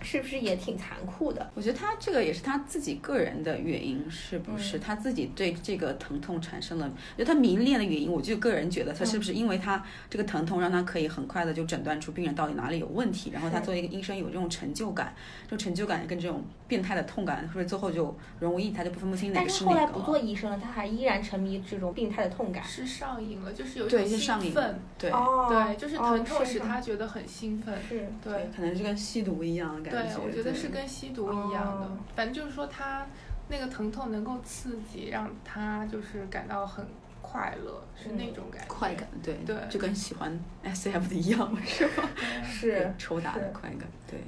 Speaker 2: 是不是也挺残酷的？
Speaker 5: 我觉得他这个也是他自己个人的原因，是不是、
Speaker 2: 嗯
Speaker 5: 他自己对这个疼痛产生了？就他迷恋的原因，我就个人觉得他是
Speaker 2: 嗯
Speaker 5: 不是因为他这个疼痛让他可以很快的就诊断出病人到底哪里有问题，然后他
Speaker 2: 是
Speaker 5: 作为一个医生有这种成就感，这种成就感跟这种变态的痛感，是不是最后就融为一体，他就不分不清哪
Speaker 2: 但
Speaker 5: 个
Speaker 2: 是
Speaker 5: 哪
Speaker 2: 后来
Speaker 5: 个
Speaker 2: 不
Speaker 5: 了？
Speaker 2: 做医生了，他还依然沉迷这种病态的痛感。
Speaker 3: 是上瘾了，就是有一
Speaker 5: 对
Speaker 3: 种
Speaker 5: 是上
Speaker 3: 兴
Speaker 5: 瘾
Speaker 3: 奋，
Speaker 5: 对，
Speaker 2: 哦，
Speaker 3: 对，就是
Speaker 2: 哦
Speaker 3: 疼痛
Speaker 2: 是
Speaker 3: 使嗯
Speaker 2: 吗
Speaker 3: 他觉得很兴奋，
Speaker 2: 是
Speaker 3: 对。
Speaker 5: 可能是跟吸毒一样的感
Speaker 3: 对
Speaker 5: 觉。，
Speaker 3: 我觉得是跟吸毒一样的。
Speaker 2: 哦
Speaker 3: 反正就是说，他那个疼痛能够刺激，让他就是感到很快乐，是
Speaker 5: 嗯
Speaker 3: 那种感觉。
Speaker 5: 快感，对
Speaker 3: 对
Speaker 5: 就跟喜欢 S F 的一样，是吧？
Speaker 2: 是。
Speaker 5: 抽打的
Speaker 2: 是
Speaker 5: 快感，对。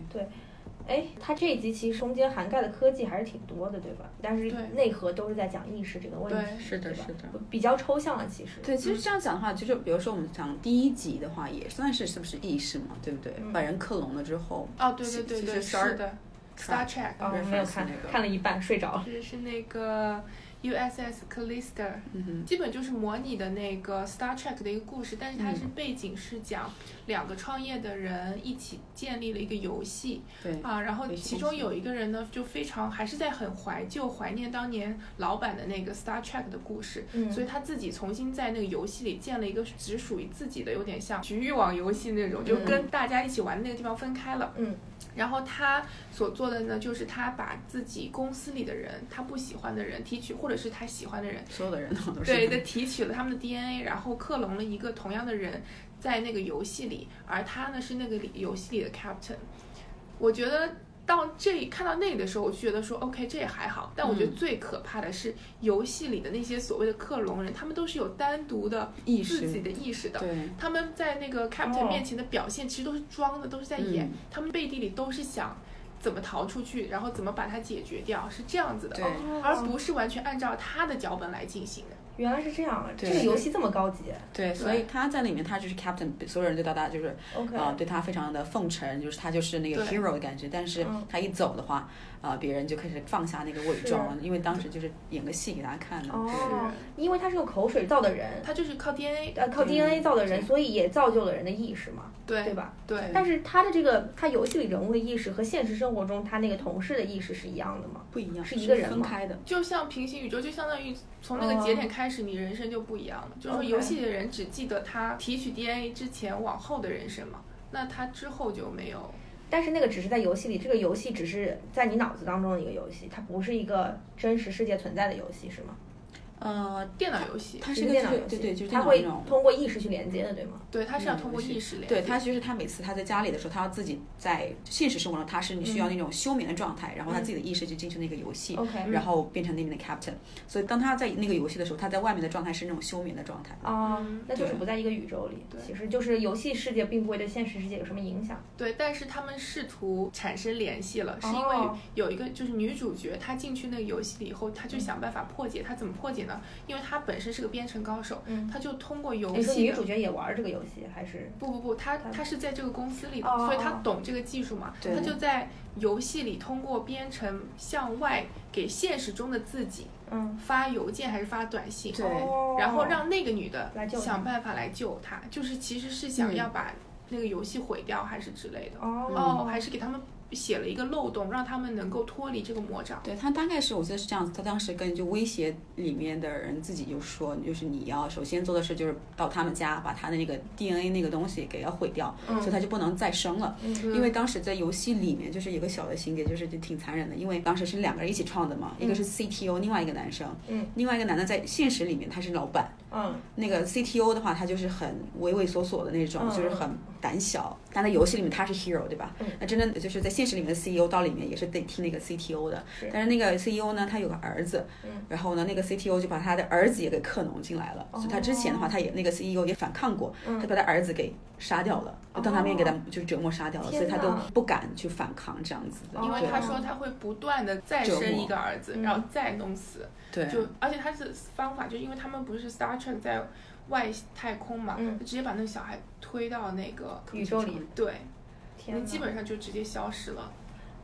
Speaker 2: 哎，它这一集其实中间涵盖的科技还是挺多的，对吧？但是
Speaker 3: 对
Speaker 2: 内核都是在讲意识这个问
Speaker 3: 对
Speaker 2: 题，
Speaker 5: 是的
Speaker 2: 对吧
Speaker 5: 是的，
Speaker 2: 比较抽象了，其实。
Speaker 5: 对，其实这样讲的话，就是比如说我们讲第一集的话，也算是是不是意识嘛，对不对？
Speaker 2: 嗯
Speaker 5: 把人克隆了之后，
Speaker 3: 哦，对
Speaker 5: 其
Speaker 3: 对对
Speaker 5: 其
Speaker 3: 对，
Speaker 5: 实12
Speaker 3: 是的，Star Trek
Speaker 2: 哦，
Speaker 5: reference
Speaker 2: 没有看
Speaker 5: 那，个
Speaker 2: 看了一半睡着了。
Speaker 3: 是是那个 USS Callister，
Speaker 5: 嗯哼，
Speaker 3: 基本就是模拟的那个 Star Trek 的一个故事，但是它是
Speaker 5: 嗯
Speaker 3: 背景是讲两个创业的人一起建立了一个游戏，
Speaker 5: 对，
Speaker 3: 啊，然后
Speaker 5: 维系
Speaker 3: 其中
Speaker 5: 性
Speaker 3: 有一个人呢，就非常还是在很怀旧、怀念当年老版的那个 Star Trek 的故事，
Speaker 2: 嗯
Speaker 3: 所以他自己重新在那个游戏里建了一个只属于自己的，有点像局域网游戏那种，就跟大家一起玩的那个地方分开了。
Speaker 2: 嗯，
Speaker 3: 然后他所做的呢，就是他把自己公司里的人，他不喜欢的人提取，或者是他喜欢的人，
Speaker 5: 所有的人都是
Speaker 3: 对，那提取了他们的 DNA，然后克隆了一个同样的人在那个游戏里，而他呢是那个里游戏里的 captain。我觉得到这看到那里的时候，我就觉得说 OK，这也还好。但我觉得
Speaker 5: 嗯
Speaker 3: 最可怕的是游戏里的那些所谓的克隆人，他们都是有单独的
Speaker 5: 意
Speaker 3: 自
Speaker 5: 识
Speaker 3: 己，的意识的。
Speaker 5: 对，
Speaker 3: 他们在那个 captain
Speaker 2: 哦
Speaker 3: 面前的表现其实都是装的，都是在演。
Speaker 5: 嗯
Speaker 3: 他们背地里都是想怎么逃出去，然后怎么把它解决掉，是这样子的
Speaker 5: 对，哦
Speaker 3: 而不是完全按照他的脚本来进行
Speaker 2: 哦
Speaker 3: 的。
Speaker 2: 原来是这样，啊这
Speaker 5: 对
Speaker 2: 个游戏这么高级。
Speaker 5: 对，所以他在里面，他就是 captain，所有人对他，就是
Speaker 2: OK，
Speaker 3: 啊
Speaker 5: 呃，对他非常的奉承，就是他就是那个
Speaker 3: 对
Speaker 5: hero 的感觉。但是
Speaker 2: 嗯
Speaker 5: 他一走的话，啊、别人就开始放下那个伪
Speaker 2: 是
Speaker 5: 装了，因为当时就是演个戏给大家看的，
Speaker 2: 哦
Speaker 3: 是，
Speaker 2: 因为他是用口水造的人，
Speaker 3: 他就是靠 DNA，
Speaker 2: 呃，靠
Speaker 5: 嗯
Speaker 2: DNA 造的人，所以也造就了人的意识嘛，
Speaker 3: 对
Speaker 2: 对吧？
Speaker 3: 对
Speaker 2: 但是他的这个他游戏里人物的意识和现实生活中他那个同事的意识是一样的吗？
Speaker 5: 不一样，
Speaker 2: 是一个人
Speaker 5: 分
Speaker 2: 吗
Speaker 5: 开的，
Speaker 3: 就像平行宇宙，就相当于从那个节点开始，你人生就不一样了。就是说，
Speaker 2: OK
Speaker 3: 游戏的人只记得他提取 DNA 之前往后的人生嘛，那他之后就没有。
Speaker 2: 但是那个只是在游戏里，这个游戏只是在你脑子当中的一个游戏，它不是一个真实世界存在的游戏，是吗？
Speaker 5: 呃，
Speaker 3: 电脑游戏，
Speaker 5: 它
Speaker 2: 是
Speaker 5: 是
Speaker 2: 一个
Speaker 5: 一个
Speaker 2: 电脑游戏，
Speaker 5: 对对，就是
Speaker 2: 它
Speaker 5: 电脑
Speaker 2: 会
Speaker 5: 那种。
Speaker 2: 通过意识去连接的，对吗？
Speaker 3: 对，他是要
Speaker 5: 电脑
Speaker 3: 通过
Speaker 5: 游戏
Speaker 3: 意识联系。
Speaker 5: 对他，其实他每次他在家里的时候，他要自己在现实生活中，他是需要那种休眠的状态，然后他自己的意识就进去那个游戏，
Speaker 2: OK
Speaker 5: 然后变成那边的 captain。所以当他在那个游戏的时候，他在外面的状态是那种休眠的状态。
Speaker 2: 啊、
Speaker 3: 嗯
Speaker 2: 那就是
Speaker 5: 对
Speaker 2: 不在一个宇宙里。
Speaker 3: 对
Speaker 2: 其实就是游戏世界并不会对现实世界有什么影响。
Speaker 3: 对，但是他们试图产生联系了，是因为
Speaker 2: 哦
Speaker 3: 有一个就是女主角，她进去那个游戏里以后，她就想办法破解。她怎么破解呢？因为她本身是个编程高手，
Speaker 2: 嗯，
Speaker 3: 她就通过游
Speaker 2: 你说
Speaker 3: 戏啊
Speaker 2: 女
Speaker 3: 的
Speaker 2: 主角也玩这个游戏，还是
Speaker 3: 不不不，他
Speaker 2: 他
Speaker 3: 他是在这个公司里的，
Speaker 2: 哦
Speaker 3: 所以他
Speaker 2: 哦
Speaker 3: 懂这个技术嘛。
Speaker 5: 对
Speaker 3: 他就在游戏里通过编程向外给现实中的自己
Speaker 2: 嗯，
Speaker 3: 发邮件还是发短信，
Speaker 5: 对
Speaker 2: 哦
Speaker 3: 然后让那个女的
Speaker 2: 来救他
Speaker 3: 想办法来救他，就是其实是想
Speaker 5: 嗯
Speaker 3: 要把那个游戏毁掉还是之类的。
Speaker 2: 哦
Speaker 3: 哦，还是给他们写了一个漏洞，让他们能够脱离这个魔掌。
Speaker 5: 对他大概是我记得是这样子，他当时跟就威胁里面的人自己就说，就是你要首先做的事就是到他们家把他的那个 DNA 那个东西给要毁掉，
Speaker 2: 嗯
Speaker 5: 所以他就不能再生了。
Speaker 2: 嗯
Speaker 5: 因为当时在游戏里面就是有个小的情节，就是就挺残忍的，因为当时是两个人一起创的嘛，一个是 CTO，另外一个男生，
Speaker 2: 嗯，
Speaker 5: 另外一个男的在现实里面他是老板，
Speaker 2: 嗯
Speaker 5: 那个 CTO 的话他就是很畏畏缩缩的那种，
Speaker 2: 嗯
Speaker 5: 就是很胆小，但在游戏里面他是 hero 对吧
Speaker 2: 嗯？
Speaker 5: 那真的就是在现实里面的 CEO 到里面也是得听那个 CTO 的
Speaker 2: 是，
Speaker 5: 但是那个 CEO 呢他有个儿子
Speaker 2: 嗯，
Speaker 5: 然后呢那个 CTO 就把他的儿子也给克隆进来了，
Speaker 2: 哦
Speaker 5: 所以他之前的话他也那个 CEO 也反抗过，
Speaker 2: 嗯
Speaker 5: 他把他儿子给杀掉了，就当他面给他就是折磨杀掉了，
Speaker 2: 哦天
Speaker 5: 所以他都
Speaker 2: 哪
Speaker 5: 不敢去反抗这样子的，
Speaker 3: 因为他
Speaker 2: 哦
Speaker 3: 说他会不断的再
Speaker 5: 折
Speaker 3: 生
Speaker 5: 磨
Speaker 3: 一个儿子，
Speaker 2: 嗯
Speaker 3: 然后再弄死，
Speaker 5: 对对
Speaker 3: 就而且他是方法，就因为他们不是 Star Trek 在外太空嘛，
Speaker 2: 嗯
Speaker 3: 就直接把那个小孩推到那个
Speaker 2: 宇宙里，
Speaker 3: 对，
Speaker 2: 天
Speaker 3: 那
Speaker 2: 哪
Speaker 3: 基本上就直接消失了。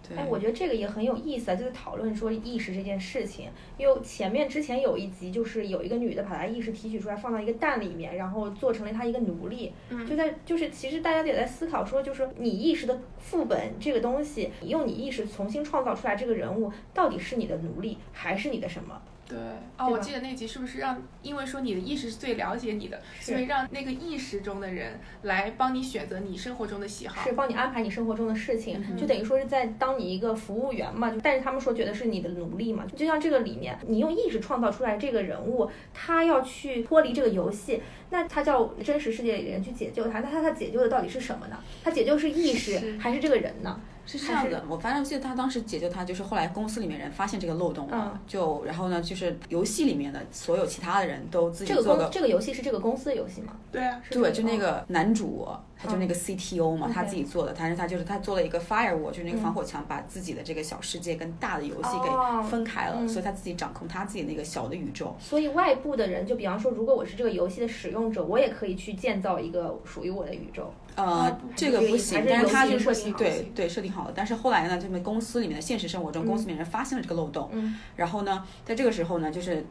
Speaker 5: 对，
Speaker 2: 哎，我觉得这个也很有意思啊，就是讨论说意识这件事情。因为前面之前有一集，就是有一个女的把她意识提取出来，放到一个蛋里面，然后做成了她一个奴隶。
Speaker 3: 嗯
Speaker 2: 就在就是其实大家也在思考说，就是你意识的副本这个东西，你用你意识重新创造出来这个人物，到底是你的奴隶还是你的什么？
Speaker 3: 对，哦，
Speaker 2: 对
Speaker 3: 我
Speaker 2: 吧
Speaker 3: 记得那集是不是让，因为说你的意识是最了解你的，所以让那个意识中的人来帮你选择你生活中的喜好
Speaker 2: 是。帮你安排你生活中的事
Speaker 5: 嗯
Speaker 2: 情，就等于说是在当你一个服务员嘛。就但是他们说觉得是你的奴隶嘛，就像这个里面，你用意识创造出来这个人物，他要去脱离这个游戏，那他叫真实世界里的人去解救他，那他他解救的到底是什么呢？他解救是意识
Speaker 3: 是
Speaker 2: 还是这个人呢？
Speaker 5: 是这样的，我反正记得他当时解救他，就是后来公司里面人发现这个漏洞了，
Speaker 2: 嗯
Speaker 5: 就然后呢，就是游戏里面的所有其他的人都自己
Speaker 2: 这个
Speaker 5: 做
Speaker 2: 公
Speaker 5: 个。
Speaker 2: 这个游戏是这个公司的游戏吗？
Speaker 3: 对啊，
Speaker 2: 是
Speaker 5: 对，
Speaker 2: 这
Speaker 5: 就那
Speaker 2: 哦
Speaker 5: 个男主，他就那个 CTO 嘛，
Speaker 2: OK
Speaker 5: 他自己做的，但是他就是他做了一个 firewall，就是那个
Speaker 2: 嗯
Speaker 5: 防火墙，把自己的这个小世界跟大的游戏
Speaker 2: 哦
Speaker 5: 给分开了，
Speaker 2: 嗯
Speaker 5: 所以他自己掌控他自己那个小的宇宙。
Speaker 2: 所以外部的人，就比方说，如果我是这个游戏的使用者，我也可以去建造一个属于我的宇宙。
Speaker 5: 呃，这个
Speaker 2: 还是
Speaker 5: 不行
Speaker 2: 还，是
Speaker 5: 但是
Speaker 2: 游
Speaker 5: 他
Speaker 2: 戏
Speaker 5: 就是
Speaker 2: 设定好
Speaker 5: 对对设定好了，但是后来呢，就是公司里面的现实生活中，公
Speaker 2: 嗯
Speaker 5: 司里面人发现了这个漏洞，
Speaker 2: 嗯
Speaker 5: 然后呢，在这个时候呢，就是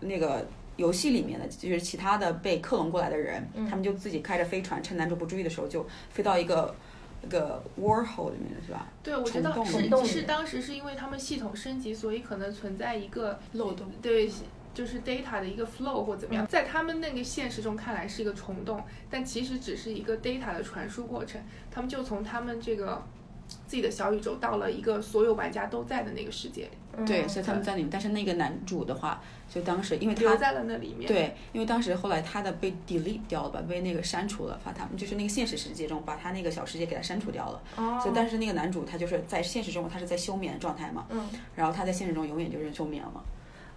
Speaker 5: 那个游戏里面的，就是其他的被克隆过来的人，
Speaker 2: 嗯
Speaker 5: 他们就自己开着飞船，趁男主不注意的时候就飞到一个那个 warhole 里面是吧？
Speaker 3: 对，我觉得
Speaker 5: 虫洞
Speaker 2: 虫洞
Speaker 3: 是
Speaker 2: 里
Speaker 3: 是
Speaker 2: 面
Speaker 3: 当时是因为他们系统升级，所以可能存在一个
Speaker 5: 漏洞。
Speaker 3: 对，就是 data 的一个 flow 或怎么样，
Speaker 5: 嗯
Speaker 3: 在他们那个现实中看来是一个虫洞，但其实只是一个 data 的传输过程。他们就从他们这个自己的小宇宙到了一个所有玩家都在的那个世界里，
Speaker 2: 嗯
Speaker 5: 对，所以他们在里面，但是那个男主的话，就当时因为
Speaker 3: 留
Speaker 5: 他。
Speaker 3: 在了那里面。，
Speaker 5: 对，因为当时后来他的被 delete 掉了吧，被那个删除了，把他们就是那个现实世界中把他那个小世界给他删除掉了。
Speaker 2: 哦
Speaker 5: 所以，但是那个男主他就是在现实中他是在休眠状态嘛，
Speaker 2: 嗯，
Speaker 5: 然后他在现实中永远就是休眠嘛，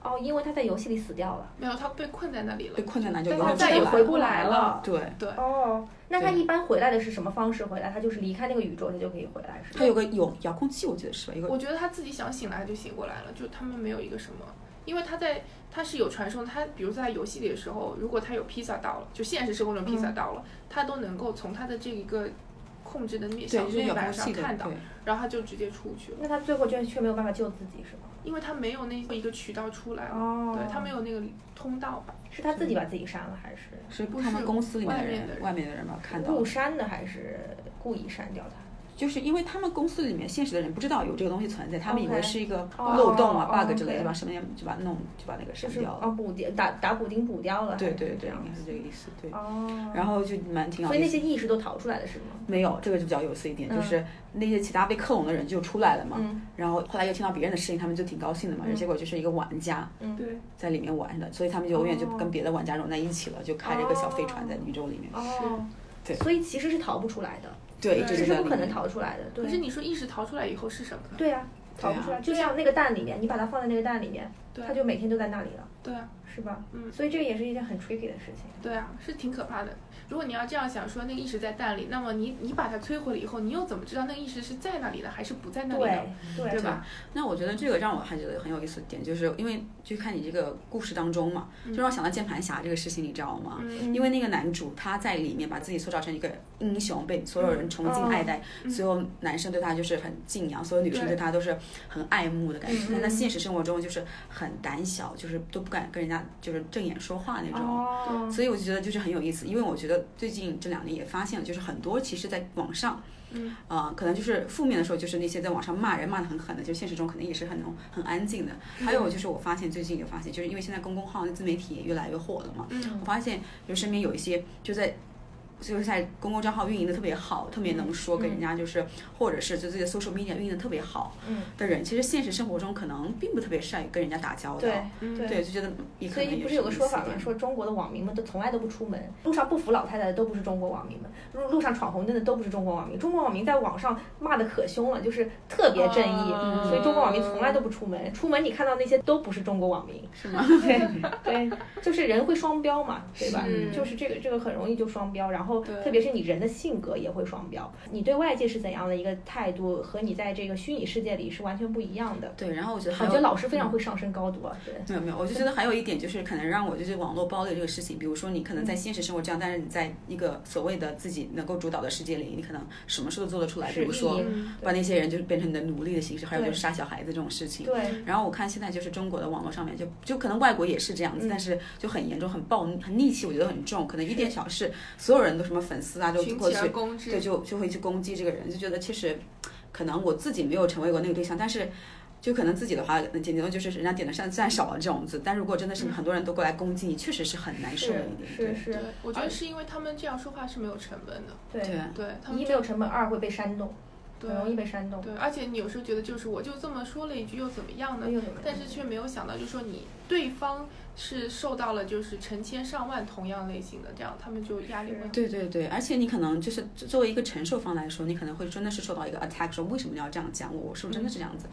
Speaker 2: 哦，因为他在游戏里死掉了。
Speaker 3: 没有他被困在那里了
Speaker 5: 被。困在那就
Speaker 3: 但
Speaker 5: 永
Speaker 3: 他
Speaker 5: 远
Speaker 3: 再也
Speaker 5: 出不
Speaker 3: 回
Speaker 5: 来
Speaker 3: 不来
Speaker 5: 了。
Speaker 3: 了。
Speaker 5: 对，
Speaker 3: 对，
Speaker 2: 哦，那他
Speaker 5: 对
Speaker 2: 一般回来的是什么方式回来？他就是离开那个宇宙，他就可以回来，是
Speaker 5: 他
Speaker 2: 吗？
Speaker 5: 有个有遥控器，我记得是吧？有个
Speaker 3: 我觉得他自己想醒来就醒过来了，就他们没有一个什么，因为他在他是有传送，他比如在游戏里的时候，如果他有披萨到了，就现实生活中披
Speaker 5: 嗯
Speaker 3: 萨到了，他都能够从他的这一个控制的面
Speaker 5: 对，
Speaker 3: 小
Speaker 5: 就是
Speaker 3: 面
Speaker 5: 遥
Speaker 3: 板
Speaker 5: 控
Speaker 3: 上
Speaker 5: 器的，
Speaker 3: 看到
Speaker 5: 对，，
Speaker 3: 然后他就直接出去了，
Speaker 2: 那他最后却却没有办法救自己，是吗？
Speaker 3: 因为他没有那一个渠道出来嘛，
Speaker 2: 哦
Speaker 3: 对他没有那个通道吧，
Speaker 2: 是他自己把自己删了，还是
Speaker 5: 是
Speaker 3: 不
Speaker 5: 他们
Speaker 3: 是
Speaker 5: 公司里面
Speaker 3: 外
Speaker 5: 的
Speaker 3: 面
Speaker 5: 人，
Speaker 3: 的人
Speaker 5: 外面的人吧看到
Speaker 2: 故
Speaker 5: 的，
Speaker 2: 删的，还是故意删掉他？
Speaker 5: 就是因为他们公司里面现实的人不知道有这个东西存在，他们以为
Speaker 2: OK
Speaker 5: 是一个
Speaker 2: 哦
Speaker 5: 漏洞啊、
Speaker 2: 哦
Speaker 5: bug 之类的，
Speaker 2: ，OK
Speaker 5: 把什么也就把它弄就把那个
Speaker 2: 就
Speaker 5: 删
Speaker 2: 是
Speaker 5: 掉了。
Speaker 2: 哦，补丁打打补丁补掉了，
Speaker 5: 对
Speaker 2: 还是
Speaker 5: 对
Speaker 2: 这
Speaker 5: 对，
Speaker 2: 样
Speaker 5: 应该是这个意思。对，
Speaker 2: 哦，
Speaker 5: 然后就蛮挺好
Speaker 2: 所
Speaker 5: 的
Speaker 2: 以。那些意识都逃出来了，是吗？
Speaker 5: 没有，这个就比较有意思一点，就
Speaker 2: 嗯
Speaker 5: 是那些其他被克隆的人就出来了嘛，
Speaker 2: 嗯
Speaker 5: 然后后来又听到别人的事情，他们就挺高兴的嘛，
Speaker 2: 嗯
Speaker 5: 结果就是一个玩家
Speaker 2: 嗯，
Speaker 3: 对，
Speaker 5: 在里面玩的，所以他们就永远就
Speaker 2: 哦
Speaker 5: 跟别的玩家融在一起了，就开着一个小飞船在宇宙里面，
Speaker 2: 哦，
Speaker 5: 对
Speaker 2: 所以其实是逃不出来的，
Speaker 3: 对
Speaker 5: 对，一直
Speaker 2: 这
Speaker 5: 就是在
Speaker 2: 不
Speaker 5: 里
Speaker 2: 可能
Speaker 5: 面。
Speaker 2: 逃出来的，对
Speaker 3: 可。是你说意识逃出来以后是什么呢？
Speaker 2: 对啊，逃不出来，就像那个蛋里面，你把它放在那个蛋里面，
Speaker 3: 对
Speaker 2: 它就每天都在那里了，
Speaker 3: 对啊，
Speaker 2: 是吧？
Speaker 3: 嗯
Speaker 2: 所以这个也是一件很 tricky 的事情。
Speaker 3: 对啊，是挺可怕的。如果你要这样想说，那个意识在蛋里，那么你你把它摧毁了以后，你又怎么知道那个意识是在那里的还是不在那里
Speaker 2: 对
Speaker 3: 的，
Speaker 2: 对
Speaker 3: 对？吧？
Speaker 5: 那我觉得这个让我还觉得很有意思的点，就是因为就看你这个故事当中嘛，就让我想到键盘侠这个事情，你知道吗？
Speaker 3: 嗯
Speaker 2: 嗯
Speaker 5: 因为那个男主他在里面把自己塑造成一个英雄，被所有人崇敬
Speaker 2: 嗯
Speaker 5: 爱戴，
Speaker 3: 嗯
Speaker 5: 所有男生对他就是很敬仰，所有女生
Speaker 3: 对
Speaker 5: 对他都是很爱慕的感觉
Speaker 2: 嗯。
Speaker 5: 但他现实生活中就是很胆小，就是都不敢跟人家就是正眼说话那种。
Speaker 2: 哦，
Speaker 5: 所以我就觉得就是很有意思，因为我觉得最近这两年也发现了，就是很多其实在网上，
Speaker 3: 嗯，
Speaker 5: 呃，可能就是负面的时候，就是那些在网上骂人骂得很狠的，就现实中可能也是很浓很安静的。还
Speaker 2: 嗯
Speaker 5: 有就是我发现最近有发现，就是因为现在公众号那自媒体也越来越火了嘛，
Speaker 3: 嗯
Speaker 5: 我发现就身边有一些就在。就是在公共账号运营的特别好，特别能说跟人家就是，或者是就自己的 social media 运营的特别好
Speaker 2: 嗯，
Speaker 5: 的人，其实现实生活中可能并不特别善于跟人家打交道。
Speaker 2: 对
Speaker 3: 嗯
Speaker 2: 对
Speaker 5: 对，就觉得也可
Speaker 2: 所
Speaker 5: 能
Speaker 2: 以
Speaker 5: 也
Speaker 2: 不是
Speaker 5: 是
Speaker 2: 有个
Speaker 5: 意
Speaker 2: 说
Speaker 5: 思
Speaker 2: 法
Speaker 5: 的
Speaker 2: 吗？说中国的网民们都从来都不出门，路上不扶老太太的都不是中国网民们，路路上闯红灯的都不是中国网民。中国网民在网上骂的可凶了，就是特别正义，
Speaker 5: 哦
Speaker 3: 嗯
Speaker 2: 所以中国网民从来都不出门。出门你看到那些都不是中国网民，
Speaker 5: 是吗？
Speaker 2: 对对，就是人会双标嘛，对吧？
Speaker 5: 是
Speaker 2: 就是这个这个很容易就双标，然后
Speaker 3: 对
Speaker 2: 特别是你人的性格也会双标，你对外界是怎样的一个态度，和你在这个虚拟世界里是完全不一样的。
Speaker 5: 对，然后我觉得
Speaker 2: 我
Speaker 5: 还
Speaker 2: 觉
Speaker 5: 有
Speaker 2: 得老师非常会上升高度啊，对。
Speaker 5: 没有没有，我就觉得还有一点就是，可能让我就是网络暴力这个事情，比如说你可能
Speaker 2: 嗯
Speaker 5: 在现实生活这样，但是你在一个所谓的自己能够主导的世界里，你可能什么事都做得出来，比
Speaker 2: 是
Speaker 5: 如说
Speaker 2: 意义
Speaker 5: 把那些人就是变成你的奴隶的形式，还有就
Speaker 2: 对
Speaker 5: 是杀小孩子这种事情。
Speaker 2: 对，
Speaker 5: 然后我看现在就是中国的网络上面就就可能外国也是这样子，
Speaker 2: 嗯
Speaker 5: 但是就很严重、很暴、很戾气，我觉得很重。可能一点小事，所有人都什么粉丝啊，都
Speaker 3: 群
Speaker 5: 过
Speaker 3: 起
Speaker 5: 去
Speaker 3: 而攻之，
Speaker 5: 对，就就会去攻击这个人，就觉得其实可能我自己没有成为过那个对象，但是就可能自己的话，简单就是人家点的赞赞少了这种子，但如果真的是很多人都过来攻击你，确实是很难受的一点。
Speaker 2: 嗯是是
Speaker 3: 对，，我觉得是因为他们这样说话是没有成本的，
Speaker 2: 对
Speaker 5: 对对啊，
Speaker 3: 对他们
Speaker 2: 一没
Speaker 3: 这
Speaker 2: 有成本，二会被煽动，
Speaker 3: 对
Speaker 2: 很容易被煽动。
Speaker 3: 对，而且你有时候觉得就是我就这么说了一句又怎么样呢
Speaker 2: 又？怎么样
Speaker 3: 但是却没有想到，就是说你对方是受到了就是成千上万同样类型的，这样他们就压力会很
Speaker 5: 对对对，而且你可能就是作为一个承受方来说，你可能会真的是受到一个 attack，说为什么你要这样讲我，我是不
Speaker 2: 嗯
Speaker 5: 是真的是这样子？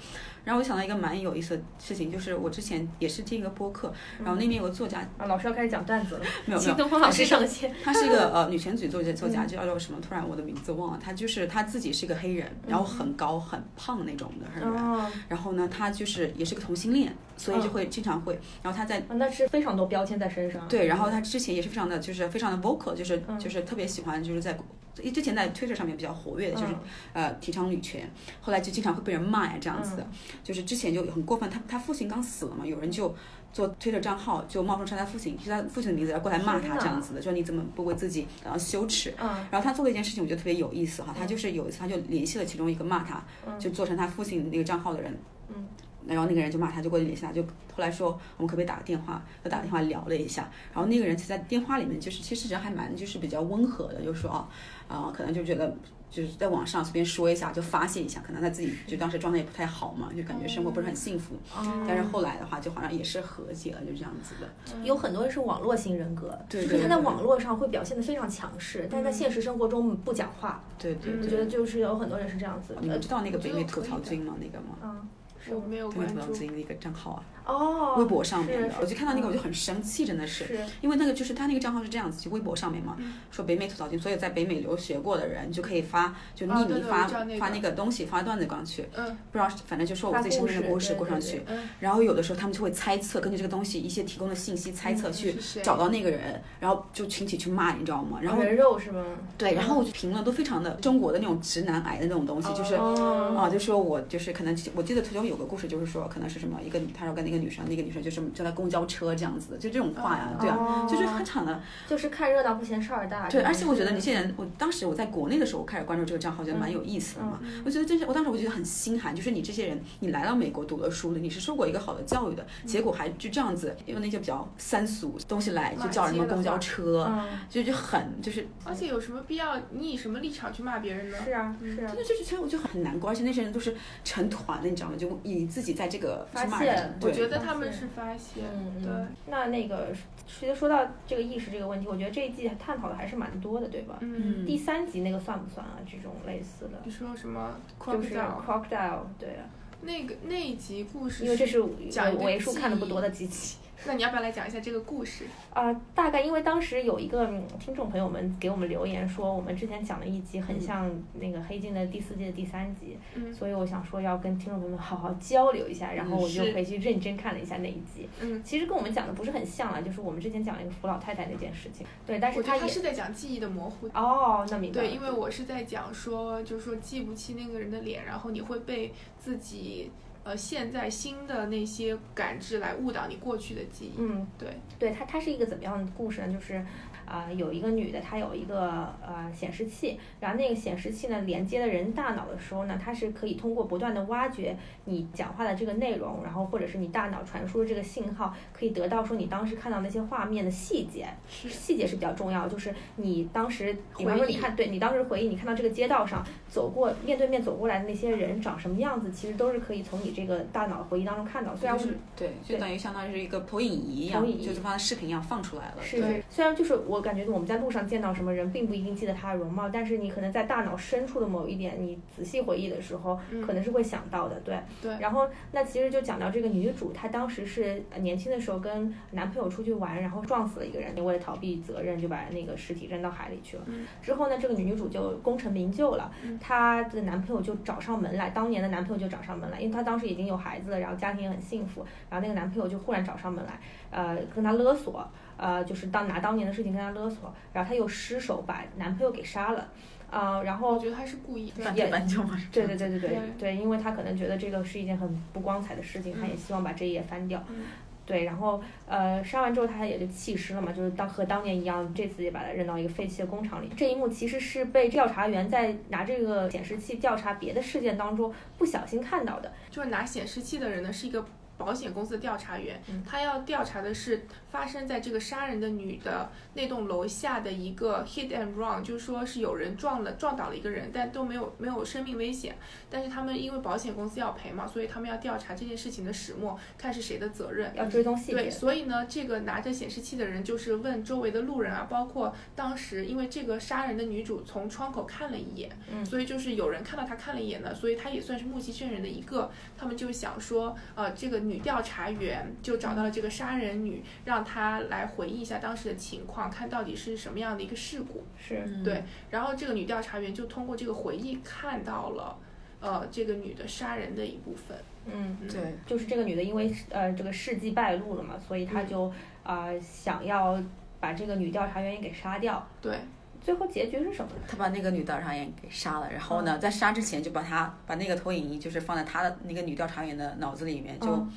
Speaker 5: 然后我想到一个蛮有意思的事情，就是我之前也是听一个播客，然后那边有个作家，
Speaker 2: 啊，老师要开始讲段 子了，
Speaker 5: 没有没有
Speaker 4: 请，东方老师上线。
Speaker 5: 她是一
Speaker 2: 嗯
Speaker 5: 个呃女权主义作家，作家叫做什么？突然我的名字忘了。她就是她自己是个黑人，然后很高很胖那种的黑人。
Speaker 2: 嗯哦，
Speaker 5: 然后呢，她就是也是个同性恋，所以就会经常会。然后她在
Speaker 2: 啊那是非常多标签在身上。
Speaker 5: 对，然后她之前也是非常的，就是非常的 vocal，就是
Speaker 2: 嗯
Speaker 5: 就是特别喜欢，就是在之前在 Twitter 上面比较活跃的，就是
Speaker 2: 嗯
Speaker 5: 呃提倡女权，后来就经常会被人骂呀这样子的，
Speaker 2: 嗯
Speaker 5: 就是之前就很过分，他他父亲刚死了嘛，有人就做推特账号就冒充是他父亲，是他父亲的名字，然后过来骂
Speaker 2: 天
Speaker 5: 他
Speaker 2: 哪
Speaker 5: 这样子的，说你怎么不为自己感到羞耻？
Speaker 2: 嗯
Speaker 5: 然后他做了一件事情，我觉得特别有意思哈，他
Speaker 2: 嗯
Speaker 5: 就是有一次他就联系了其中一个骂他，
Speaker 2: 嗯
Speaker 5: 就做成他父亲那个账号的人，
Speaker 2: 嗯。
Speaker 5: 然后那个人就骂他，就过去联系他，就后来说我们可不可以打个电话？就打电话聊了一下，然后那个人其实在电话里面就是其实人还蛮就是比较温和的，就说啊啊、可能就觉得就是在网上随便说一下就发泄一下，可能他自己就当时状态也不太好嘛，就感觉生活不是很幸福。
Speaker 3: 嗯
Speaker 2: 嗯
Speaker 5: 但是后来的话就好像也是和解了，就这样子的。
Speaker 2: 有很多人是网络型人格，
Speaker 5: 对
Speaker 2: 就
Speaker 5: 对
Speaker 2: 是他在
Speaker 5: 对
Speaker 2: 网络上会表现得非常强势，但是在现实生活中不讲话。
Speaker 5: 对对
Speaker 3: 嗯
Speaker 2: 我
Speaker 5: 对，
Speaker 2: 觉得就是有很多人是这样子
Speaker 5: 你
Speaker 2: 的
Speaker 5: 们。知道那个
Speaker 3: 我觉
Speaker 5: 北
Speaker 3: 得
Speaker 5: 美
Speaker 3: 可
Speaker 5: 吐
Speaker 3: 以
Speaker 5: 槽
Speaker 3: 的
Speaker 5: 君吗？那个吗？
Speaker 2: 嗯，是
Speaker 3: 我
Speaker 2: 吗
Speaker 3: 没有
Speaker 5: 北美
Speaker 3: 关
Speaker 5: 吐槽
Speaker 3: 注，
Speaker 5: 君那个账号啊，
Speaker 2: 哦，
Speaker 5: 微博上面
Speaker 2: 是
Speaker 5: 的，
Speaker 2: 是
Speaker 5: 我就看到那个
Speaker 2: 嗯
Speaker 5: 我就很生气，真的是。
Speaker 2: 是
Speaker 5: 因为那个就是他那个账号是这样子，就微博上面嘛
Speaker 3: 嗯，
Speaker 5: 说北美吐槽君，所有在北美留学过的人就可以发，就
Speaker 3: 啊
Speaker 5: 匿
Speaker 3: 对
Speaker 5: 名
Speaker 3: 对
Speaker 5: 发
Speaker 3: 我知道那个
Speaker 5: 发那个东西，发段子上去，
Speaker 3: 嗯
Speaker 5: 不知道反正就说我自己身边的
Speaker 2: 发故
Speaker 5: 故
Speaker 2: 事
Speaker 5: 事
Speaker 2: 对
Speaker 5: 过上
Speaker 2: 对
Speaker 5: 去
Speaker 3: 对嗯，
Speaker 5: 然后有的时候他们就会猜测，根据这个东西一些提供的信息猜测去
Speaker 3: 嗯是哦谁
Speaker 5: 找到那个人，然后就群体去骂，你知道吗？然后
Speaker 2: 啊人肉是吗？
Speaker 5: 对，然
Speaker 3: 嗯
Speaker 5: 后我就评论都非常的中国的那种直男癌的那种东西，就是
Speaker 2: 哦
Speaker 5: 啊，就说我就是可能我记得途中有个故事，就是说可能是什么一个他说跟那个女生，那个女生就是叫他公交车这样子的，就这种话呀，对啊，
Speaker 2: 哦
Speaker 5: 就是非常的
Speaker 2: 就是看热闹不嫌事儿大。
Speaker 5: 对，
Speaker 2: 真的
Speaker 5: 而且我觉得
Speaker 2: 是
Speaker 5: 那些人，我当时我在国内的时候，我开始关注这个账号，觉得蛮有意思的
Speaker 2: 嗯
Speaker 5: 嘛。
Speaker 3: 嗯
Speaker 5: 我觉得真是，我当时我觉得很心寒，就是你这些人，你来到美国读了书了，你是受过一个好的教育的，结果还就这样子用那些比较三俗东西来，就叫什么公交车，
Speaker 2: 嗯，
Speaker 5: 就就很就是。
Speaker 3: 而且有什么必要？你以什么立场去骂别人呢？
Speaker 2: 是啊是啊
Speaker 5: 真。的就是，其实我就很难过，而且那些人都是成团的，你知道吗？就以自己在这个去骂
Speaker 2: 发泄
Speaker 5: 人，
Speaker 3: 我觉
Speaker 5: 对，
Speaker 3: 得他们是发泄，
Speaker 2: 嗯
Speaker 3: 对
Speaker 2: 嗯，那那个，其实说到这个意识这个问题，我觉得这一季探讨的还是蛮多的，对吧？
Speaker 3: 嗯，
Speaker 2: 第三集那个算不算啊？这种类似的，
Speaker 3: 你说什么
Speaker 2: 就是
Speaker 3: crocodile？
Speaker 2: crocodile，对啊，
Speaker 3: 那个那一集故事，
Speaker 2: 因为这是我
Speaker 3: 讲一
Speaker 2: 我
Speaker 3: 个
Speaker 2: 为数看的不
Speaker 3: 记忆
Speaker 2: 多的几集。
Speaker 3: 那你要不要来讲一下这个故事？
Speaker 2: 啊、大概因为当时有一个嗯听众朋友们给我们留言说，我们之前讲的一集很像那个《黑镜》的第四季的第三集，
Speaker 3: 嗯
Speaker 2: 所以我想说要跟听众朋友们好好交流一下，然后我就是回去认真看了一下那一集。
Speaker 3: 嗯，
Speaker 2: 其实跟我们讲的不是很像啊，就是我们之前讲那个扶老太太那件事情，对，但
Speaker 3: 我
Speaker 2: 是
Speaker 3: 觉得
Speaker 2: 她
Speaker 3: 他
Speaker 2: 也
Speaker 3: 是在讲记忆的模糊。
Speaker 2: 哦，那明白了。
Speaker 3: 对，因为我是在讲说，就是说记不清那个人的脸，然后你会被自己呃现在新的那些感知来误导你过去的记忆。
Speaker 2: 嗯，
Speaker 3: 对，
Speaker 2: 对，它它是一个怎么样的故事呢？就是，啊、有一个女的，她有一个呃显示器，然后那个显示器呢连接了人大脑的时候呢，它是可以通过不断的挖掘你讲话的这个内容，然后或者是你大脑传输的这个信号，可以得到说你当时看到那些画面的细节，
Speaker 3: 是
Speaker 2: 细节是比较重要，就是你当时，比
Speaker 3: 回
Speaker 2: 方说你
Speaker 3: 忆
Speaker 2: 看，对你当时回忆，你看到这个街道上走过面对面走过来的那些人长什么样子，其实都是可以从你这个大脑回忆当中看到，虽然我们
Speaker 5: 对，
Speaker 2: 对
Speaker 5: 就
Speaker 2: 啊
Speaker 5: 等于相当于是一个投影仪一样
Speaker 2: 投影，仪
Speaker 5: 就是放在视频一样放出来了。
Speaker 2: 是是，虽然就是我感觉我们在路上见到什么人，并不一定记得他的容貌，但是你可能在大脑深处的某一点，你仔细回忆的时候，
Speaker 3: 嗯
Speaker 2: 可能是会想到的。对
Speaker 3: 对
Speaker 2: 然后那其实就讲到这个女主，她当时是呃年轻的时候跟男朋友出去玩，然后撞死了一个人，为了逃避责任，就把那个尸体扔到海里去了。
Speaker 3: 嗯
Speaker 2: 之后呢，这个女主就功成名就了，
Speaker 3: 嗯
Speaker 2: 她的男朋友就找上门来，当年的男朋友就找上门来，因为她当时已经有孩子了，然后家庭也很幸福，然后那个男朋友就忽然找上门来，呃，跟她勒索。呃，就是当拿当年的事情跟她勒索，然后她又失手把男朋友给杀了，啊、然后
Speaker 3: 我觉得他是故意的。
Speaker 5: 犯罪斑鸠嘛，
Speaker 2: 对对对对对
Speaker 3: 对
Speaker 2: 对，因为她可能觉得这个是一件很不光彩的事情，她也希望把这一页翻掉。
Speaker 3: 嗯
Speaker 2: 对，然后呃，杀完之后她也就弃尸了嘛，就是当和当年一样，这次也把它扔到一个废弃的工厂里。这一幕其实是被调查员在拿这个显示器调查别的事件当中不小心看到的。
Speaker 3: 就是拿显示器的人呢是一个保险公司的调查员，
Speaker 2: 嗯
Speaker 3: 他要调查的是发生在这个杀人的女的那栋楼下的一个 hit and run，就是说是有人撞了撞倒了一个人，但都没有没有生命危险，但是他们因为保险公司要赔嘛，所以他们要调查这件事情的始末，看是谁的责任。
Speaker 2: 要追踪细
Speaker 3: 对，
Speaker 2: 节，
Speaker 3: 所以呢，这个拿着显示器的人就是问周围的路人啊，包括当时因为这个杀人的女主从窗口看了一眼，
Speaker 2: 嗯
Speaker 3: 所以就是有人看到她看了一眼呢，所以她也算是目击证人的一个。他们就想说，呃，这个女调查员就找到了这个杀人女，让她来回忆一下当时的情况，看到底是什么样的一个事故。
Speaker 2: 是
Speaker 5: 嗯
Speaker 3: 对然后这个女调查员就通过这个回忆看到了，呃，这个女的杀人的一部分。
Speaker 2: 嗯。
Speaker 3: 嗯、
Speaker 5: 对，
Speaker 2: 就是这个女的因为呃这个事迹败露了嘛，所以她就啊、呃想要把这个女调查员也给杀掉。
Speaker 3: 对，
Speaker 2: 最后结局是什么呢？
Speaker 5: 他把那个女调查员给杀了，然后
Speaker 2: 嗯
Speaker 5: 呢，在杀之前就把他把那个投影仪就是放在他的那个女调查员的脑子里面，就、
Speaker 2: 嗯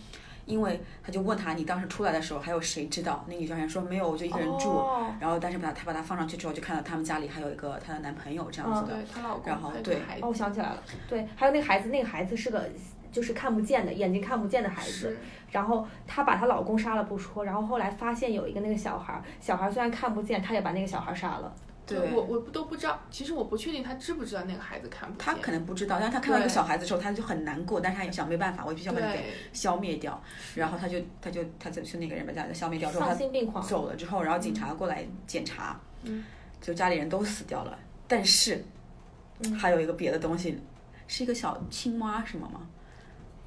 Speaker 5: 因为他就问他你当时出来的时候还有谁知道？那女调查员说没有，我就一个人住。
Speaker 2: 哦
Speaker 5: 然后但是把他他把他放上去之后，就看到他们家里还有一个她的男朋友这样子
Speaker 2: 嗯
Speaker 5: 的。
Speaker 3: 对她老公
Speaker 5: 然后
Speaker 3: 还有
Speaker 5: 对
Speaker 3: 个孩子
Speaker 2: 哦，我想起来了，对，还有那个孩子，那个孩子是个就是看不见的，眼睛看不见的孩子
Speaker 3: 是。
Speaker 2: 然后她把她老公杀了不说，然后后来发现有一个那个小孩儿，小孩儿虽然看不见，她也把那个小孩儿杀了。
Speaker 5: 对
Speaker 3: 我我不都不知道，其实我不确定他知不知道那个孩子看不见。
Speaker 5: 他可能不知道，但是他看到一个
Speaker 3: 对
Speaker 5: 小孩子之后，他就很难过，但是他也想没办法，我必须要把他给
Speaker 3: 对，
Speaker 5: 消灭掉。然后他就他就他就去那个人把家里消灭掉之后，
Speaker 2: 丧
Speaker 5: 他
Speaker 2: 心病狂，
Speaker 5: 走了之后，然后
Speaker 2: 嗯
Speaker 5: 警察过来检查，
Speaker 3: 嗯，
Speaker 5: 就家里人都死掉了，但是、
Speaker 2: 嗯
Speaker 5: 还有一个别的东西，是一个小青蛙什么吗？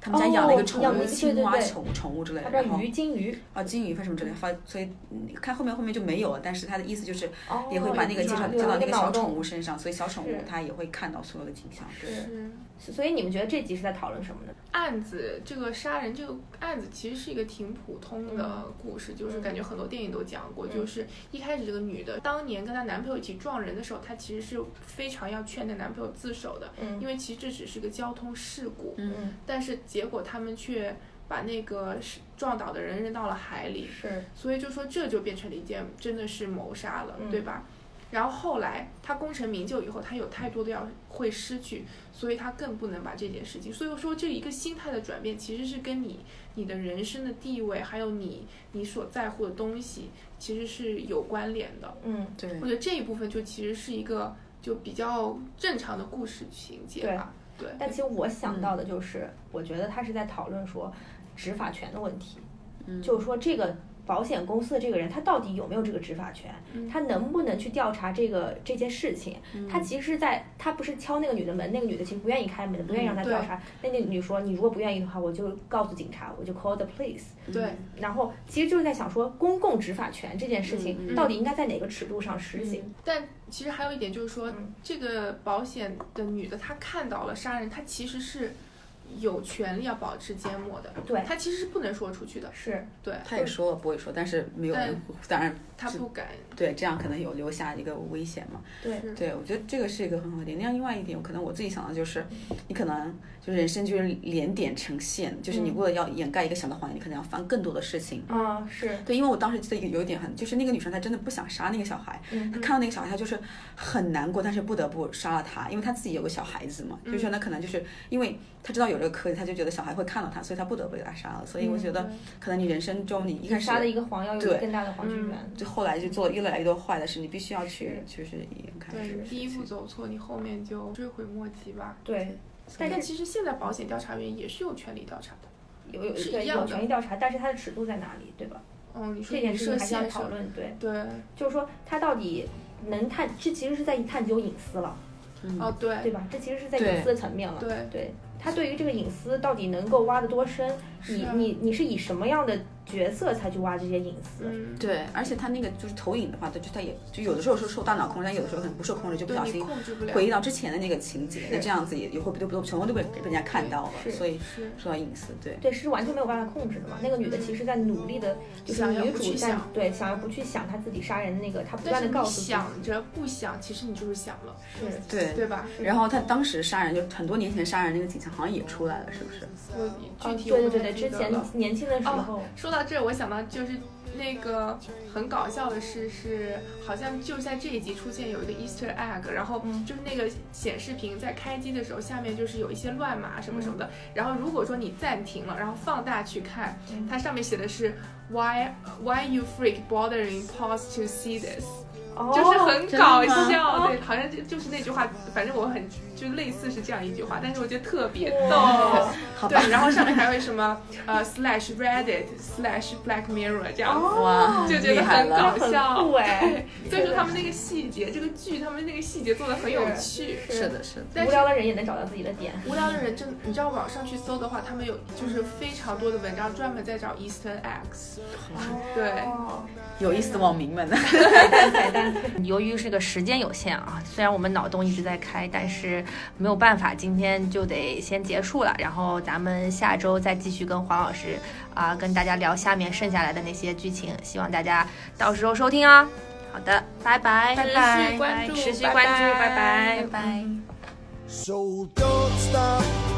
Speaker 5: 他
Speaker 2: 哦
Speaker 5: 们家养了一个
Speaker 2: 养
Speaker 5: 宠
Speaker 2: 了
Speaker 5: 物，
Speaker 2: 一个
Speaker 5: 青蛙
Speaker 2: 对对对
Speaker 5: 宠宠物之类
Speaker 2: 她
Speaker 5: 的，
Speaker 2: 叫
Speaker 5: 然后
Speaker 2: 鱼金鱼，
Speaker 5: 啊金鱼或什么之类的，发所以嗯看后面后面就没有了，但是他的意思就是
Speaker 2: 哦，
Speaker 5: 也会把那个
Speaker 3: 有
Speaker 5: 介绍
Speaker 2: 有
Speaker 5: 介到
Speaker 2: 一
Speaker 5: 那个
Speaker 2: 脑
Speaker 5: 小宠
Speaker 2: 洞
Speaker 5: 物身上，所以小宠物
Speaker 2: 是
Speaker 5: 它也会看到所有的景象。对，
Speaker 2: 是，
Speaker 3: 是
Speaker 2: 所以你们觉得这集是在讨论什么呢？
Speaker 3: 案子这个杀人这个案子其实是一个挺普通的
Speaker 5: 嗯
Speaker 3: 故事，就是感觉很多电影都讲过，
Speaker 2: 嗯
Speaker 3: 就是一开始这个女的当年跟她男朋友一起撞人的时候，她其实是非常要劝她男朋友自首的，
Speaker 2: 嗯
Speaker 3: 因为其实这只是个交通事故，
Speaker 2: 嗯，
Speaker 3: 但是结果他们却把那个是撞倒的人扔到了海里，
Speaker 2: 是。
Speaker 3: 所以就说这就变成了一件真的是谋杀了，
Speaker 2: 嗯
Speaker 3: 对吧？然后后来他功成名就以后，他有太多的要会失去，所以他更不能把这件事情。所以说，这一个心态的转变，其实是跟你你的人生的地位，还有你你所在乎的东西，其实是有关联的。
Speaker 2: 嗯，
Speaker 5: 对
Speaker 3: 我觉得这一部分就其实是一个就比较正常的故事情节
Speaker 2: 对
Speaker 3: 吧。对，
Speaker 2: 但其实我想到
Speaker 5: 嗯
Speaker 2: 的就是，我觉得他是在讨论说执法权的问题，
Speaker 5: 嗯
Speaker 2: 就是说这个保险公司的这个人他到底有没有这个执法权，
Speaker 3: 嗯
Speaker 2: 他能不能去调查这个这件事情？
Speaker 5: 嗯
Speaker 2: 他其实是在他不是敲那个女的门，那个女的其实不愿意开门的，不愿意让他
Speaker 3: 嗯
Speaker 2: 调查。那那女说，你如果不愿意的话，我就告诉警察，我就 call the police。
Speaker 3: 对，
Speaker 2: 然后其实就是在想说，公共执法权这件事
Speaker 5: 嗯
Speaker 2: 情
Speaker 3: 嗯
Speaker 2: 到底应该在哪个尺度上实行？
Speaker 3: 但其实还有一点就是说，
Speaker 2: 嗯
Speaker 3: 这个保险的女的她看到了杀人，她其实是有权利要保持缄默的，
Speaker 2: 对
Speaker 3: 她其实是不能说出去
Speaker 5: 嗯
Speaker 3: 的，
Speaker 2: 是，
Speaker 3: 对
Speaker 5: 他也说了不会说，但是没有人，当然
Speaker 3: 她不敢。
Speaker 5: 对，这样可能有留下一个危险嘛。
Speaker 2: 对
Speaker 3: 是
Speaker 5: 对，我觉得这个是一个很好的点。那另外一点，可能我自己想的就是，你可能就是人生就是连点成线，就是你
Speaker 2: 嗯
Speaker 5: 为了要掩盖一个小的谎言，你可能要翻更多的事情。
Speaker 2: 啊，是，
Speaker 5: 对，因为我当时记得有有一点很，就是那个女生她真的不想杀那个小孩，
Speaker 2: 嗯
Speaker 5: 她看到那个小孩，她就是很难过，但是不得不杀了他，因为她自己有个小孩子
Speaker 2: 嗯
Speaker 5: 嘛，就是说那可能就是因为她知道有这个科技，她就觉得小孩会看到她，所以她不得不给他杀了。所以我觉得
Speaker 3: 对
Speaker 5: 可能你人生中你一开
Speaker 2: 嗯
Speaker 5: 始
Speaker 2: 杀了一个黄要有一个
Speaker 5: 对
Speaker 2: 更大的黄之
Speaker 3: 嗯
Speaker 2: 源。
Speaker 5: 就后来就做越来越多坏的事，你必须要去就是掩盖。
Speaker 3: 对，
Speaker 5: 是
Speaker 3: 你第一步走错，你后面就追悔莫及吧。
Speaker 2: 对，但是
Speaker 3: 其实现在保险调查员也是有权利调查的。
Speaker 2: 有有
Speaker 3: 是
Speaker 2: 对
Speaker 3: 一样
Speaker 2: 有
Speaker 3: 的
Speaker 2: 权利调查，但是它的尺度在哪里，对吧？
Speaker 3: 嗯，你说
Speaker 2: 这件
Speaker 3: 你
Speaker 2: 事情
Speaker 3: 涉
Speaker 2: 还是要
Speaker 3: 嫌
Speaker 2: 讨
Speaker 3: 什么？
Speaker 2: 论，对，
Speaker 3: 对，
Speaker 2: 就是说它到底能探，这其实是在探究隐私了，
Speaker 3: 哦，
Speaker 2: 对
Speaker 3: 对
Speaker 2: 吧？这其实是在
Speaker 5: 对
Speaker 2: 隐私的层面了，
Speaker 3: 对，
Speaker 2: 对。他对于这个隐私到底能够挖得多深，
Speaker 3: 是
Speaker 2: 你
Speaker 3: 啊
Speaker 2: 你你是以什么样的角色才去挖这些隐私？
Speaker 3: 嗯，
Speaker 5: 对，而且它那个就是投影的话，它就它也就有的时候是受大脑控制，但有的时候可能不受控制，就不
Speaker 3: 对
Speaker 5: 小
Speaker 3: 你
Speaker 5: 心
Speaker 3: 控制不了。
Speaker 5: 回忆到之前的那个情节，
Speaker 2: 是
Speaker 5: 那这样子也也会不都不全部都被被人家看到了，
Speaker 2: 是
Speaker 5: 所以
Speaker 3: 是
Speaker 5: 说到隐私，对，
Speaker 2: 对，是完全没有办法控制的嘛。那个女的其实在努力的，就是
Speaker 3: 嗯想要
Speaker 2: 女
Speaker 3: 不
Speaker 2: 主
Speaker 3: 去
Speaker 2: 在
Speaker 3: 想
Speaker 2: 对想要不去想她自己杀人那个，她不
Speaker 3: 但
Speaker 2: 断的
Speaker 3: 是你
Speaker 2: 告诉自己
Speaker 3: 想着不想，其实你就是想了，
Speaker 2: 是
Speaker 5: 对
Speaker 3: 对吧？
Speaker 5: 然后他当时杀人，就很多年前杀人那个警察好像也出来了，是不是？
Speaker 3: 我
Speaker 2: 哦
Speaker 3: 具体我
Speaker 2: 对对
Speaker 3: 不
Speaker 2: 对
Speaker 3: 太
Speaker 2: 对，
Speaker 3: 记
Speaker 2: 之
Speaker 3: 得
Speaker 2: 前
Speaker 3: 了哦
Speaker 2: 年轻的时候，
Speaker 3: 说到这儿，我想到就是那个很搞笑的事是，好像就在这一集出现有一个 Easter egg，然后
Speaker 2: 嗯
Speaker 3: 就是那个显示屏在开机的时候，下面就是有一些乱码什么
Speaker 2: 嗯
Speaker 3: 什么的。然后如果说你暂停了，然后放大去看，
Speaker 2: 嗯
Speaker 3: 它上面写的是 Why Why you freak bothering pause to see this，、
Speaker 2: 哦，
Speaker 3: 就是很搞
Speaker 6: 真的
Speaker 3: 笑，对，好像就就是那句话，反正我很就类似是这样一句话，但是我觉得特别
Speaker 2: 哇
Speaker 3: 逗。对，然后上面还有什么呃 slash Reddit slash Black Mirror
Speaker 2: 哦
Speaker 3: 这样子。
Speaker 5: 哇，
Speaker 3: 就觉
Speaker 5: 厉
Speaker 3: 得
Speaker 5: 害
Speaker 3: 很
Speaker 5: 了！
Speaker 3: 搞
Speaker 2: 很
Speaker 3: 笑
Speaker 2: 酷，哎，
Speaker 3: 所以说他们那个细节，这个剧他们那个细节做的很有趣。
Speaker 5: 是的，是的，
Speaker 3: 但
Speaker 2: 无
Speaker 3: 是
Speaker 2: 聊的人也能找到自己的点，
Speaker 3: 无聊的人真，你知道网上去搜的话，他们有就是非常多的文章专门在找 Easter eggs。对
Speaker 2: 哦
Speaker 5: 有意思的网民们。
Speaker 2: 彩蛋彩蛋，
Speaker 4: 由于这个时间有限啊，虽然我们脑洞一直在开，但是没有办法，今天就得先结束了。然后咱们下周再继续跟黄老师啊、跟大家聊下面剩下来的那些剧情，希望大家到时候收听啊。好的，拜拜，
Speaker 3: 持续
Speaker 4: 拜拜
Speaker 3: 关注
Speaker 4: 持续关注，
Speaker 3: 拜拜
Speaker 4: 拜拜
Speaker 6: 拜拜。
Speaker 7: So don't stop